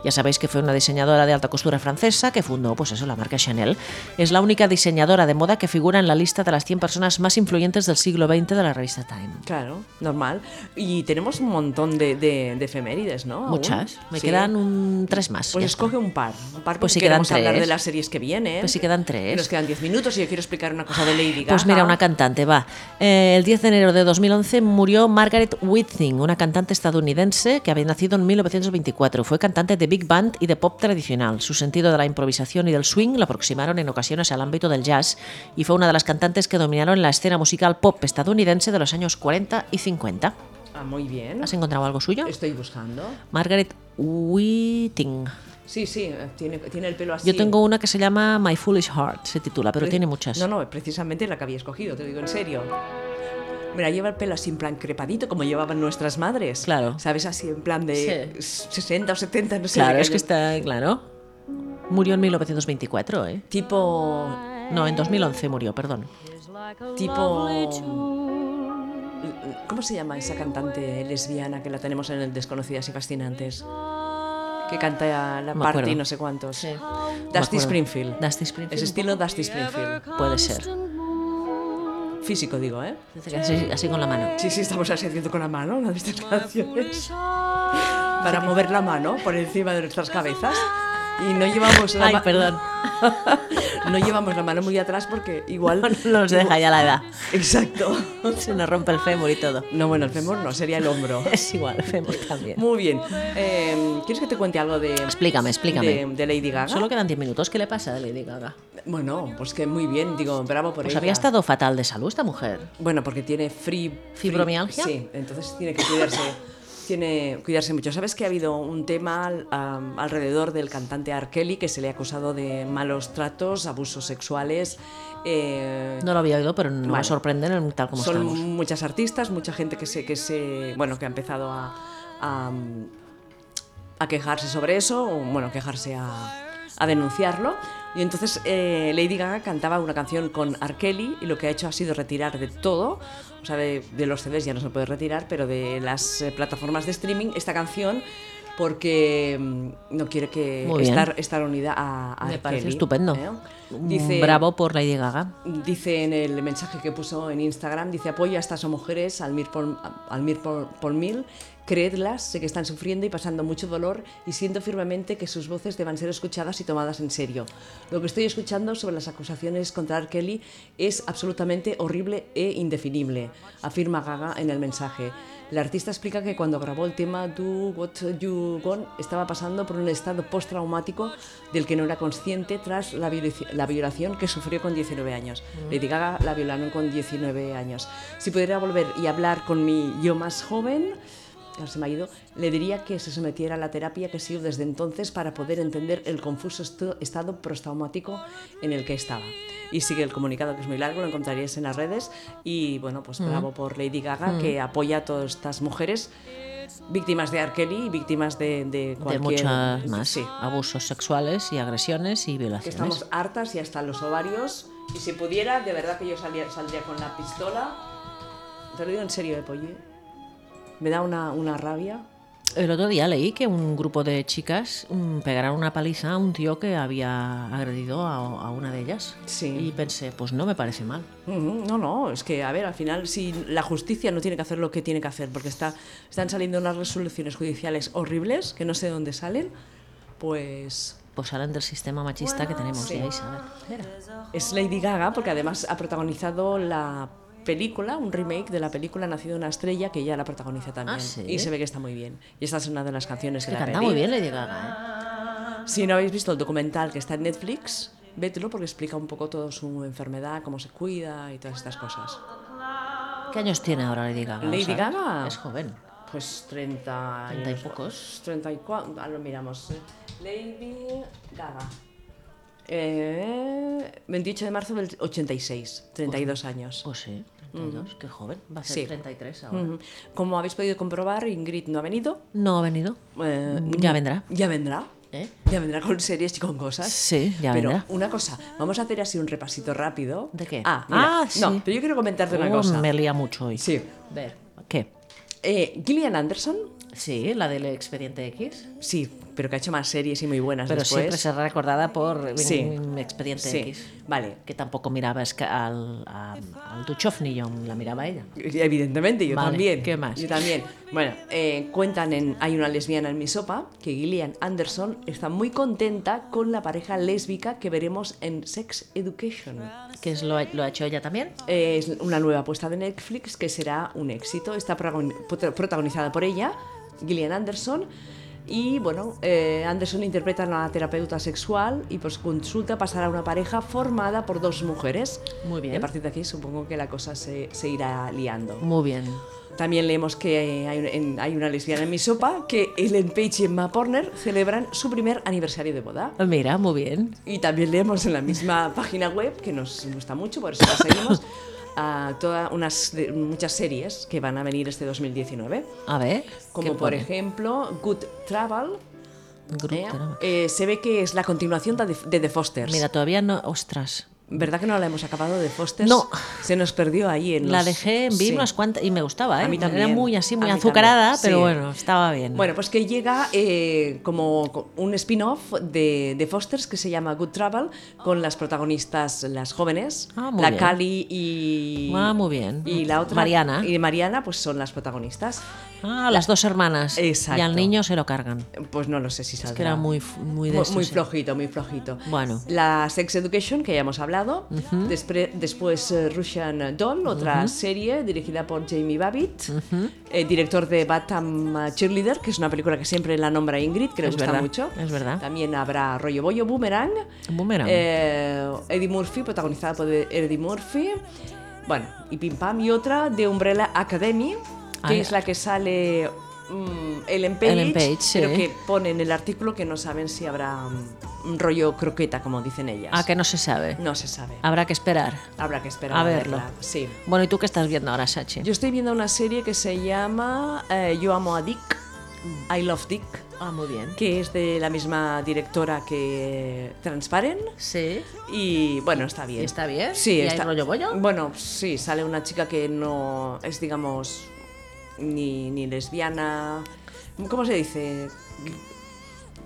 S2: Ya sabéis que fue una diseñadora de alta costura francesa que fundó, pues eso, la marca Chanel. Es la única diseñadora de moda que figura en la lista de las 100 personas más influyentes del siglo XX de la revista Time.
S1: Claro, normal. Y tenemos un montón de, de, de efemérides, ¿no? Aún.
S2: Muchas. Me
S1: Sí.
S2: quedan un tres más.
S1: Pues
S2: ya
S1: escoge
S2: está.
S1: un par. Un par
S2: Pues
S1: pues
S2: si
S1: si
S2: quedan
S1: queremos hablar
S2: tres.
S1: de las series que vienen.
S2: Pues si quedan tres.
S1: Nos quedan 10 minutos y yo quiero explicar una cosa de Lady Gaga.
S2: Pues mira, una cantante, va. Eh, el 10 de enero de 2011 murió Margaret Whiting, una cantante estadounidense que había nacido en 1924. Fue cantante de big band y de pop tradicional. Su sentido de la improvisación y del swing la aproximaron en ocasiones al ámbito del jazz y fue una de las cantantes que dominaron la escena musical pop estadounidense de los años 40 y 50.
S1: Ah, muy bien.
S2: ¿Has encontrado algo suyo?
S1: Estoy buscando.
S2: Margaret Whiting.
S1: Sí, sí, eh, tiene, tiene el pelo así.
S2: Yo tengo una que se llama My Foolish Heart, se titula, pero
S1: Pre-
S2: tiene muchas.
S1: No, no, precisamente la que había escogido, te lo digo en serio. Mira, lleva el pelo así en plan crepadito, como llevaban nuestras madres.
S2: Claro.
S1: ¿Sabes? Así en plan de 60 o 70, no sé.
S2: Claro,
S1: de
S2: es que
S1: año.
S2: está, claro. Murió en 1924, ¿eh?
S1: Tipo.
S2: No, en 2011 murió, perdón.
S1: Tipo. ¿Cómo se llama esa cantante lesbiana que la tenemos en el Desconocidas y Fascinantes? Que canta la
S2: Me
S1: party
S2: acuerdo.
S1: no sé cuántos.
S2: Sí. Me
S1: Dusty
S2: acuerdo.
S1: Springfield.
S2: Dusty Springfield.
S1: Es estilo Dusty Springfield.
S2: Puede ser.
S1: Físico, digo, ¿eh?
S2: Así, así con la mano.
S1: Sí, sí, estamos así haciendo con la mano las estas canciones. Para mover la mano por encima de nuestras cabezas. Y no llevamos la
S2: Ay,
S1: ma-
S2: perdón.
S1: No llevamos la mano muy atrás porque igual.
S2: No nos deja ya la edad.
S1: Exacto.
S2: Se nos rompe el fémur y todo.
S1: No, bueno, el fémur no, sería el hombro.
S2: Es igual, el fémur también.
S1: Muy bien. Eh, ¿Quieres que te cuente algo de.
S2: Explícame, explícame.
S1: De, de Lady Gaga.
S2: Solo quedan 10 minutos. ¿Qué le pasa a Lady Gaga?
S1: Bueno, pues que muy bien, digo, bravo por
S2: Pues
S1: ella.
S2: había estado fatal de salud esta mujer.
S1: Bueno, porque tiene free, free-
S2: ¿Fibromialgia?
S1: sí, entonces tiene que cuidarse. Tiene que cuidarse mucho. ¿Sabes que ha habido un tema al- am, alrededor del cantante R. Kelly que se le ha acusado de malos tratos, abusos sexuales? eh,
S2: No lo había oído, pero no me
S1: Vale.
S2: sorprenden en tal como
S1: son
S2: estamos.
S1: muchas artistas, mucha gente que se, que se bueno, que ha empezado a, a, a quejarse sobre eso, o bueno, quejarse a, a denunciarlo. Y entonces eh, Lady Gaga cantaba una canción con R. Kelly y lo que ha hecho ha sido retirar de todo, o sea, de, de los CDs ya no se puede retirar, pero de las eh, plataformas de streaming esta canción porque mm, no quiere que
S2: Muy bien.
S1: estar, estar unida a, a
S2: Me
S1: R.
S2: parece
S1: Kelly,
S2: estupendo.
S1: ¿eh?
S2: Mm, Bravo por Lady Gaga.
S1: Dice en el mensaje que puso en Instagram, dice apoya a estas mujeres al mil por, al mil por, por mil, creedlas, sé que están sufriendo y pasando mucho dolor y siento firmemente que sus voces deban ser escuchadas y tomadas en serio. Lo que estoy escuchando sobre las acusaciones contra R. Kelly es absolutamente horrible e indefinible, afirma Gaga en el mensaje. La artista explica que cuando grabó el tema Do What You Want estaba pasando por un estado postraumático del que no era consciente tras la, violaci- la violación que sufrió con 19 años. Lady Gaga la violaron con 19 años. Si pudiera volver y hablar con mi yo más joven, ya se me ha ido, le diría que se sometiera a la terapia que siguió desde entonces para poder entender el confuso estu- estado prostaumático en el que estaba. Y sigue el comunicado, que es muy largo, lo encontraríais en las redes. Y bueno,
S2: Mm.
S1: pues bravo por Lady Gaga, que apoya a todas estas mujeres víctimas de R. Kelly y víctimas de, de
S2: de
S1: cualquier...
S2: muchas más.
S1: Sí,
S2: Abusos sexuales y agresiones y
S1: que
S2: violaciones.
S1: estamos hartas y hasta los ovarios. Y si pudiera, de verdad que yo salía- saldría con la pistola. Te lo digo en serio, de Polly. Me da una, una rabia.
S2: El otro día leí que un grupo de chicas mm, pegaron una paliza a un tío que había agredido a, a una de ellas.
S1: Sí.
S2: Y pensé, pues no me parece mal.
S1: Ujú, No, no, es que, a ver, al final, si la justicia no tiene que hacer lo que tiene que hacer, porque está, están saliendo unas resoluciones judiciales horribles, que no sé de dónde salen, pues
S2: Pues salen del sistema machista que tenemos,
S1: Sí.
S2: ya Isabel.
S1: es Lady Gaga, porque además ha protagonizado la película, un remake de la película Nacido una estrella, que ella la protagoniza también.
S2: Ah, ¿sí?
S1: Y se ve que está muy bien. Y esta es una de las canciones que,
S2: Que
S1: la
S2: canta
S1: pedí.
S2: muy bien Lady Gaga, ¿eh?
S1: Si no habéis visto el documental que está en Netflix, vételo porque explica un poco toda su enfermedad, cómo se cuida y todas estas cosas.
S2: ¿Qué años tiene ahora Lady Gaga?
S1: Lady
S2: O sea,
S1: Gaga.
S2: Es joven.
S1: Pues 30
S2: Treinta y pocos.
S1: 34. Ah, lo miramos. Lady Gaga. Eh, 28 de marzo del 86, 32 años.
S2: Pues sí, 32, qué joven. Va a ser
S1: Mm. Sí. Mm.
S2: 33 ahora.
S1: Ujú. Como habéis podido comprobar, Ingrid no ha venido.
S2: No ha venido.
S1: Eh,
S2: Ya vendrá.
S1: Ya vendrá.
S2: ¿Eh?
S1: Ya vendrá con series y con cosas.
S2: Sí, ya
S1: pero
S2: vendrá.
S1: una cosa, vamos a hacer así un repasito rápido.
S2: ¿De qué?
S1: Ah,
S2: Ah,
S1: mira,
S2: sí.
S1: No, pero yo quiero comentarte una
S2: Oh,
S1: cosa.
S2: Me lía mucho hoy.
S1: Sí.
S2: Ver. ¿Qué?
S1: Eh, Gillian Anderson,
S2: Sí, la del expediente X.
S1: sí, pero que ha hecho más series y muy buenas
S2: Pero
S1: después.
S2: siempre será recordada por
S1: Sí.
S2: mm, Expediente
S1: Sí.
S2: X.
S1: Vale.
S2: Que tampoco miraba es que al, a- al Duchov ni yo la miraba ella.
S1: Evidentemente, yo
S2: Vale,
S1: también.
S2: ¿qué más?
S1: Yo también. Bueno, eh, cuentan en Hay una lesbiana en mi sopa que Gillian Anderson está muy contenta con la pareja lésbica que veremos en Sex Education.
S2: Que es lo, ha- lo ha hecho ella también.
S1: Eh, Es una nueva apuesta de Netflix que será un éxito. Está protagon- prota- protagonizada por ella, Gillian Anderson. Y bueno, eh, Anderson interpreta a una terapeuta sexual y pues consulta pasará a una pareja formada por dos mujeres.
S2: Muy bien.
S1: Y a partir de aquí supongo que la cosa se, se irá liando.
S2: Muy bien.
S1: También leemos que eh, hay, un- en- hay una lesbiana en mi sopa, que Ellen Page y Emma Porner celebran su primer aniversario de boda.
S2: Ah, Mira, muy bien.
S1: Y también leemos en la misma página web, que nos gusta mucho, por eso la seguimos, a toda unas, de- muchas series que van a venir este 2019.
S2: A ver.
S1: Como
S2: ¿qué
S1: por
S2: pone?
S1: ejemplo Good Travel.
S2: Grupo
S1: ¿eh?
S2: Trama.
S1: Eh, se ve que es la continuación de, de The Fosters.
S2: Mira, todavía no. Ostras.
S1: ¿Verdad que no la hemos acabado de Fosters?
S2: No.
S1: Se nos perdió ahí en
S2: La
S1: los-
S2: dejé en vir
S1: Sí.
S2: unas cuantas y me gustaba, ¿eh?
S1: A mí
S2: Era
S1: también.
S2: muy así,
S1: A
S2: muy
S1: mí
S2: azucarada,
S1: también,
S2: pero
S1: sí.
S2: bueno, estaba bien.
S1: Bueno, pues que llega eh, como co- un spin-off de, de Fosters que se llama Good Travel, con las protagonistas, las jóvenes,
S2: Ah, muy
S1: la
S2: bien.
S1: Cali y.
S2: Ah, muy bien.
S1: Y la otra.
S2: Mariana.
S1: Y Mariana, pues son las protagonistas.
S2: ah, las dos hermanas. Y al
S1: Exacto.
S2: niño se lo cargan.
S1: Pues no lo sé si saldrá.
S2: Que era muy, f- muy de
S1: Mu-
S2: esos, ¿eh?
S1: flojito, muy flojito.
S2: Bueno.
S1: La Sex Education, que ya hemos hablado. Despre- después eh, Russian Doll, otra serie dirigida por Jamie Babbitt, eh, director de Batam eh, Cheerleader, que es una película que siempre la nombra Ingrid, que le
S2: Es
S1: gusta
S2: verdad,
S1: mucho.
S2: es verdad.
S1: También habrá Rollo Bollo, Boomerang.
S2: Boomerang.
S1: eh, Eddie Murphy, protagonizada por Eddie Murphy. Bueno, y Pim Pam. Y otra de Umbrella Academy, que
S2: Ay.
S1: es la que sale mm, Ellen Page,
S2: Ellen Page,
S1: pero
S2: sí.
S1: que pone en el artículo que no saben si habrá mm, un rollo croqueta, como dicen ellas.
S2: Ah, que no se sabe.
S1: No se sabe.
S2: Habrá que esperar.
S1: Habrá que esperar
S2: a
S1: a,
S2: verlo.
S1: verla. Sí.
S2: Bueno, ¿y tú qué estás viendo ahora, Sachi?
S1: Yo estoy viendo una serie que se llama eh, Yo amo a Dick, I love Dick,
S2: Ah, muy bien.
S1: que es de la misma directora que Transparent.
S2: Sí.
S1: Y bueno, está bien.
S2: ¿Y está bien?
S1: Sí,
S2: ¿Y hay
S1: está.
S2: rollo bollo?
S1: Bueno, sí, sale una chica que no es, digamos, ni, ni lesbiana. ¿Cómo se dice?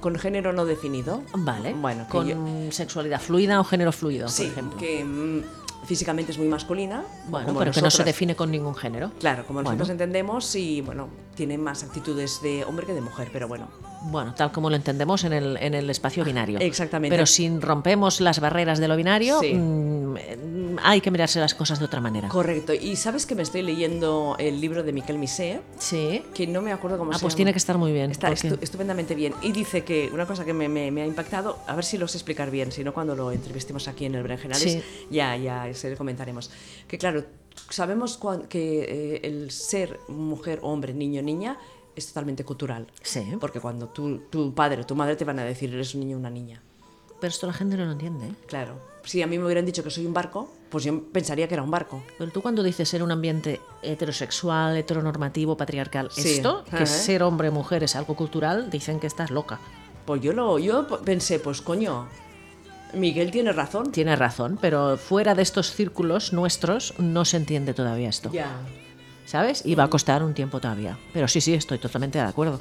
S1: Con género no definido.
S2: Vale.
S1: Bueno, que
S2: con
S1: yo-
S2: sexualidad fluida o género fluido,
S1: sí,
S2: por ejemplo.
S1: que mm, físicamente es muy masculina.
S2: Bueno,
S1: como
S2: pero que no se
S1: nosotras.
S2: define con ningún género.
S1: Claro, como nosotros
S2: Bueno.
S1: entendemos y bueno, tiene más actitudes de hombre que de mujer, pero bueno.
S2: Bueno, tal como lo entendemos en el, en el espacio binario.
S1: Ah, Exactamente.
S2: Pero si rompemos las barreras de lo binario,
S1: Sí.
S2: mm, eh, hay que mirarse las cosas de otra manera.
S1: Correcto. Y sabes que me estoy leyendo el libro de Miquel Misé,
S2: sí.
S1: que no me acuerdo cómo
S2: Ah,
S1: se
S2: pues
S1: llama.
S2: tiene que estar muy bien.
S1: Está
S2: porque-
S1: estu- estupendamente bien. Y dice que una cosa que me, me- me ha impactado, a ver si lo sé explicar bien, si no cuando lo entrevistemos aquí en el Berenjenales,
S2: Sí.
S1: ya, ya se lo comentaremos. Que claro, sabemos cuan- que eh, el ser mujer, hombre, niño, niña es totalmente cultural. ¿eh?
S2: Sí.
S1: Porque cuando tú, tu padre o tu madre te van a decir eres un niño o una niña.
S2: Pero esto la gente no lo entiende. ¿eh?
S1: Claro. Si a mí me hubieran dicho que soy un barco, pues yo pensaría que era un barco.
S2: Pero tú cuando dices ser un ambiente heterosexual, heteronormativo, patriarcal,
S1: Sí.
S2: esto, que
S1: Ajá.
S2: ser hombre o mujer es algo cultural, dicen que estás loca.
S1: Pues yo lo yo p- pensé, pues coño, Miguel tiene razón.
S2: Tienes razón, pero fuera de estos círculos nuestros no se entiende todavía esto.
S1: Ya.
S2: ¿Sabes? Y va a costar un tiempo todavía. Pero sí, sí, estoy totalmente de acuerdo.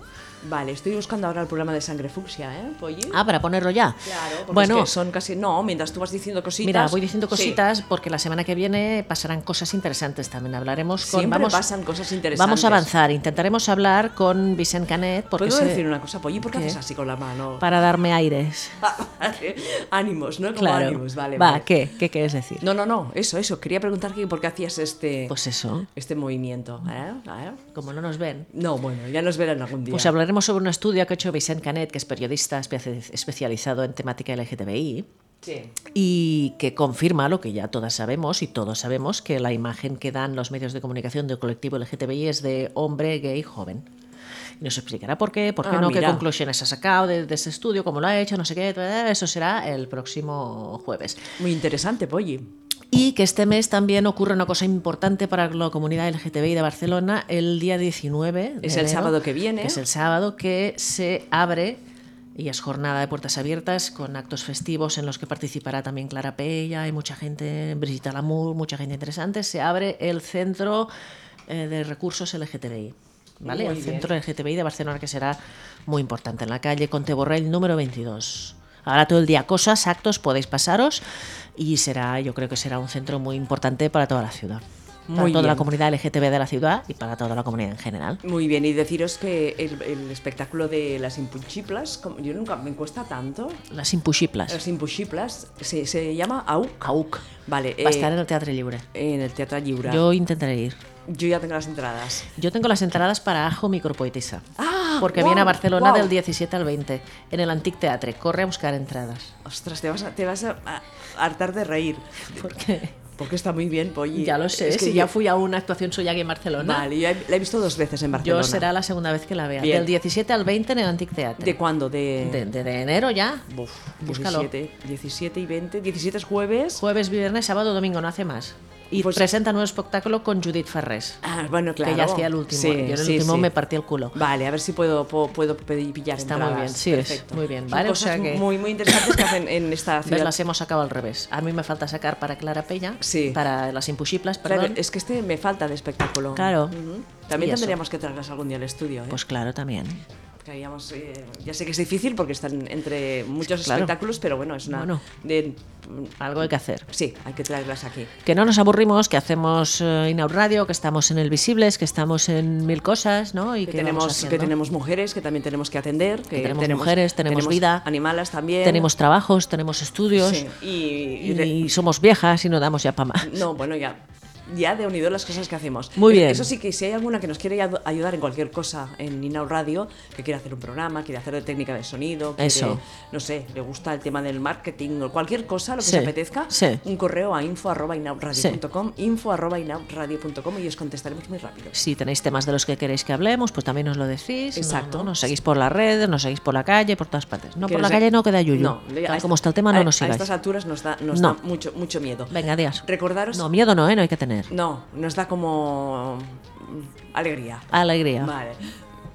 S1: Vale, estoy buscando ahora el programa de sangre fucsia, ¿eh, Polly?
S2: Ah, para ponerlo ya.
S1: Claro, porque
S2: bueno,
S1: es que son casi. No, mientras tú vas diciendo cositas.
S2: Mira, voy diciendo
S1: Sí.
S2: cositas porque la semana que viene pasarán cosas interesantes también. Hablaremos con.
S1: Siempre
S2: vamos,
S1: pasan cosas interesantes.
S2: Vamos a avanzar. Intentaremos hablar con Vicent Canet porque
S1: ¿Puedo
S2: se-
S1: decir una cosa, Polly? ¿Por qué
S2: ¿Qué?
S1: haces así con la mano?
S2: para darme aires.
S1: ánimos, ¿no? Como
S2: claro.
S1: ánimos, vale.
S2: Va,
S1: vale.
S2: ¿qué? ¿Qué quieres decir?
S1: No, no, no, eso, eso. Quería preguntar que por qué hacías este,
S2: Pues eso.
S1: este movimiento. ¿eh? ¿eh?
S2: Como no nos ven.
S1: No, bueno, ya nos verán algún día.
S2: Pues hablaremos sobre un estudio que ha hecho Vicent Canet, que es periodista espe- especializado en temática LGTBI.
S1: Sí.
S2: y que confirma lo que ya todas sabemos y todos sabemos que la imagen que dan los medios de comunicación del colectivo LGTBI es de hombre gay joven. Y nos explicará por qué, por qué
S1: Ah,
S2: no, qué
S1: mira.
S2: conclusiones ha sacado de, de ese estudio, cómo lo ha hecho, no sé qué. eh, Eso será el próximo jueves.
S1: Muy interesante, Polly.
S2: Y que este mes también ocurre una cosa importante para la comunidad LGTBI de Barcelona. El día 19. de
S1: Es el
S2: enero,
S1: sábado que viene.
S2: es el sábado que se abre y es jornada de puertas abiertas con actos festivos en los que participará también Clara Pella, hay mucha gente, Brigitte Lamour, mucha gente interesante. Se abre el Centro eh, de Recursos LGTBI. ¿Vale? el Centro LGTBI de Barcelona, que será muy importante en la calle Conte Borrell número 22. Habrá todo el día cosas, actos, podéis pasaros y será, yo creo que será un centro muy importante para toda la ciudad. para
S1: Muy
S2: toda la
S1: bien.
S2: comunidad LGTB de la ciudad y para toda la comunidad en general.
S1: Muy bien, y deciros que el, el espectáculo de las impuchiplas, como yo nunca me cuesta tanto,
S2: Las impushiplas.
S1: las impuchiplas, se, se llama AUC.
S2: AUC.
S1: Vale,
S2: Va a
S1: eh,
S2: estar en el Teatre Lliure.
S1: en el Teatro Lliure. Yo,
S2: Yo intentaré ir.
S1: ya tengo las entradas.
S2: Yo tengo las entradas para Ajo Micropoetisa.
S1: Ah,
S2: porque
S1: guau,
S2: viene a Barcelona
S1: guau.
S2: del 17 al 20, en el Antic Teatre. Corre a buscar entradas.
S1: Ostras, te vas a, te vas a, a- hartar de reír.
S2: Porque
S1: Porque está muy bien, Polly.
S2: ya lo sé,
S1: Es que
S2: si
S1: yo-
S2: ya fui a una actuación suya aquí en Barcelona,
S1: Vale, yo he- la he visto dos veces en Barcelona.
S2: yo será la segunda vez que la vea.
S1: Bien.
S2: Del 17 al 20 en el Antic Teatre.
S1: ¿De cuándo? De...
S2: De- de- de enero ya.
S1: Buf,
S2: Búscalo.
S1: 17, 17 y 20. 17 es jueves.
S2: Jueves, viernes, sábado, domingo, no hace más. Y
S1: Pues-
S2: presenta nuevo espectáculo con Judith Ferrés.
S1: Ah, bueno, claro.
S2: Que ya hacía el último.
S1: Sí,
S2: Yo en el
S1: sí,
S2: último
S1: sí.
S2: me partí el culo.
S1: Vale, a ver si puedo, po- puedo, pedir, pillar
S2: Está muy
S1: entradas.
S2: bien, sí, es
S1: Perfecto.
S2: muy bien,
S1: Son
S2: ¿vale? O
S1: cosas
S2: sea que-
S1: muy, muy interesantes que hacen en esta
S2: ¿Ves?
S1: ciudad.
S2: Las hemos sacado al revés. A mí me falta sacar para Clara Pella,
S1: Sí.
S2: para las impusibles,
S1: Claro,
S2: perdón.
S1: es que este me falta de espectáculo.
S2: Claro.
S1: Ujú.
S2: Y
S1: También
S2: eso.
S1: tendríamos que traerlas algún día al estudio, ¿eh?
S2: Pues claro, también.
S1: Que habíamos, eh, ya sé que es difícil porque están entre muchos
S2: Claro.
S1: espectáculos, pero bueno, es una...
S2: Bueno.
S1: de- mm,
S2: Algo hay que hacer.
S1: sí, hay que traerlas aquí.
S2: Que no nos aburrimos, que hacemos eh, Inaud Radio, que estamos en el Visibles, que estamos en mil cosas, ¿no? Y
S1: Que,
S2: que vamos
S1: tenemos, que
S2: haciendo.
S1: tenemos mujeres que también tenemos que atender. Que,
S2: tenemos mujeres, tenemos vida.
S1: Animales también.
S2: Tenemos trabajos, tenemos estudios,
S1: Sí, y-
S2: y,
S1: y re-
S2: somos viejas y no damos ya para más.
S1: No, bueno, ya. Ya de unido las cosas que hacemos.
S2: Muy
S1: Es-
S2: bien.
S1: Eso sí que si hay alguna que nos quiere ayud- ayudar en cualquier cosa en Inau Radio, que quiere hacer un programa, quiere hacer de técnica de sonido, quiere,
S2: Eso.
S1: no sé, le gusta el tema del marketing o cualquier cosa, lo que
S2: Sí,
S1: se apetezca,
S2: sí.
S1: un correo a info@inauradio.com, info@inauradio.com y os contestaremos muy rápido.
S2: Si tenéis temas de los que queréis que hablemos, pues también nos lo decís. ¿no?
S1: Exacto.
S2: ¿no? Nos seguís por las redes, nos seguís por la calle, por todas partes. No,
S1: Que
S2: por la
S1: nos-
S2: calle no queda yuyu.
S1: No, le- a
S2: Tal
S1: esta-
S2: como está el tema, no
S1: a-
S2: nos
S1: A
S2: sigáis.
S1: estas alturas nos da, nos
S2: No.
S1: da mucho, mucho miedo.
S2: Venga, Díaz.
S1: Recordaros.
S2: No, miedo no, ¿eh? No hay que tener.
S1: no, nos da como. mm, alegría.
S2: Alegría.
S1: Vale.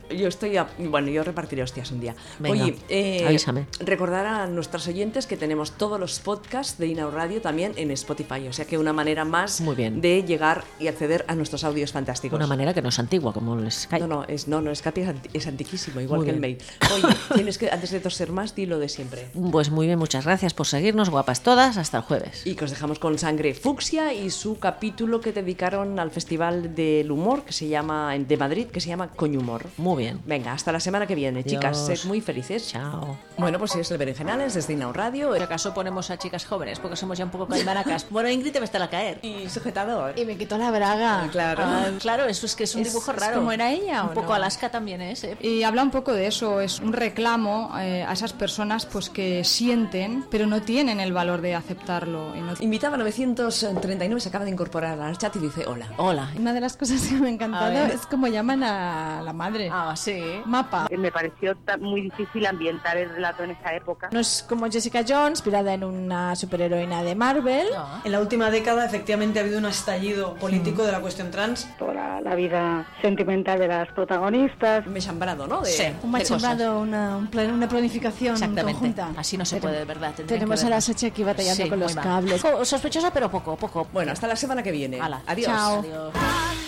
S1: Yo estoy a- bueno, yo repartiré hostias un día.
S2: Venga,
S1: Oye, eh,
S2: avísame.
S1: recordar a nuestros oyentes que tenemos todos los podcasts de Inau Radio también en Spotify, o sea que una manera más
S2: Muy bien.
S1: de llegar y acceder a nuestros audios
S2: De
S1: fantásticos.
S2: una manera que no es antigua, como el Skype.
S1: pues. no, no, es, no, no, Skype es, anti- es antiquísimo, igual
S2: Muy
S1: que
S2: bien.
S1: el mail. Oye, tienes que, antes de toser más, di lo de siempre.
S2: Pues muy bien, muchas gracias por seguirnos, guapas todas. Hasta el jueves.
S1: Y que os dejamos con Sangre Fucsia y su capítulo que dedicaron al Festival del Humor que se llama, de Madrid, que se llama Coñhumor.
S2: Muy bien.
S1: Venga, hasta la semana que viene, chicas.
S2: Adiós.
S1: Sed muy felices.
S2: Chao.
S1: Bueno, pues es el Berenjenales desde Inau Radio.
S2: ¿Por acaso ponemos a chicas jóvenes? Porque somos ya un poco caimaracas. Bueno, Ingrid te va a estar a caer.
S1: Y sujetador.
S9: Y me quitó la braga.
S1: Claro.
S2: Ah, claro, eso es que es un
S9: Es-
S2: dibujo
S9: es
S2: raro.
S9: como era ella,
S2: Un
S9: ¿o
S2: poco
S9: no?
S2: Alaska también es, ¿eh?
S9: Y habla un poco de eso, es un reclamo eh, a esas personas pues que sienten, pero no tienen el valor de aceptarlo. y no-
S1: Invitaba 939, se acaba de incorporar al chat y dice hola.
S2: Hola.
S9: Una de las cosas que me ha
S2: A
S9: encantado
S2: ver.
S9: es como llaman a la madre.
S2: Ah,
S9: mapa, sí.
S10: Mapa.
S11: Eh, Me pareció ta- muy difícil ambientar el relato en esa época.
S9: No es como Jessica Jones, inspirada en una superheroína de Marvel.
S1: En la última década, efectivamente, ha habido un estallido político de la cuestión trans.
S12: Toda la vida sentimental de las protagonistas.
S13: Me chambrado, ¿no?
S1: Sí,
S9: un
S1: de cosas.
S9: machembrado, una, un plan- una planificación
S1: Exactamente.
S9: conjunta.
S6: Así no se puede, de verdad. Tendrían
S9: Tenemos
S6: que
S9: a la
S6: verlas.
S9: Sachi aquí batallando
S6: Sí,
S9: con los
S6: muy mal.
S9: cables.
S6: Co- Sospechosa, pero poco, poco.
S13: Bueno, hasta la semana que viene.
S6: Hala.
S13: Adiós.
S9: Chao.
S6: Adiós.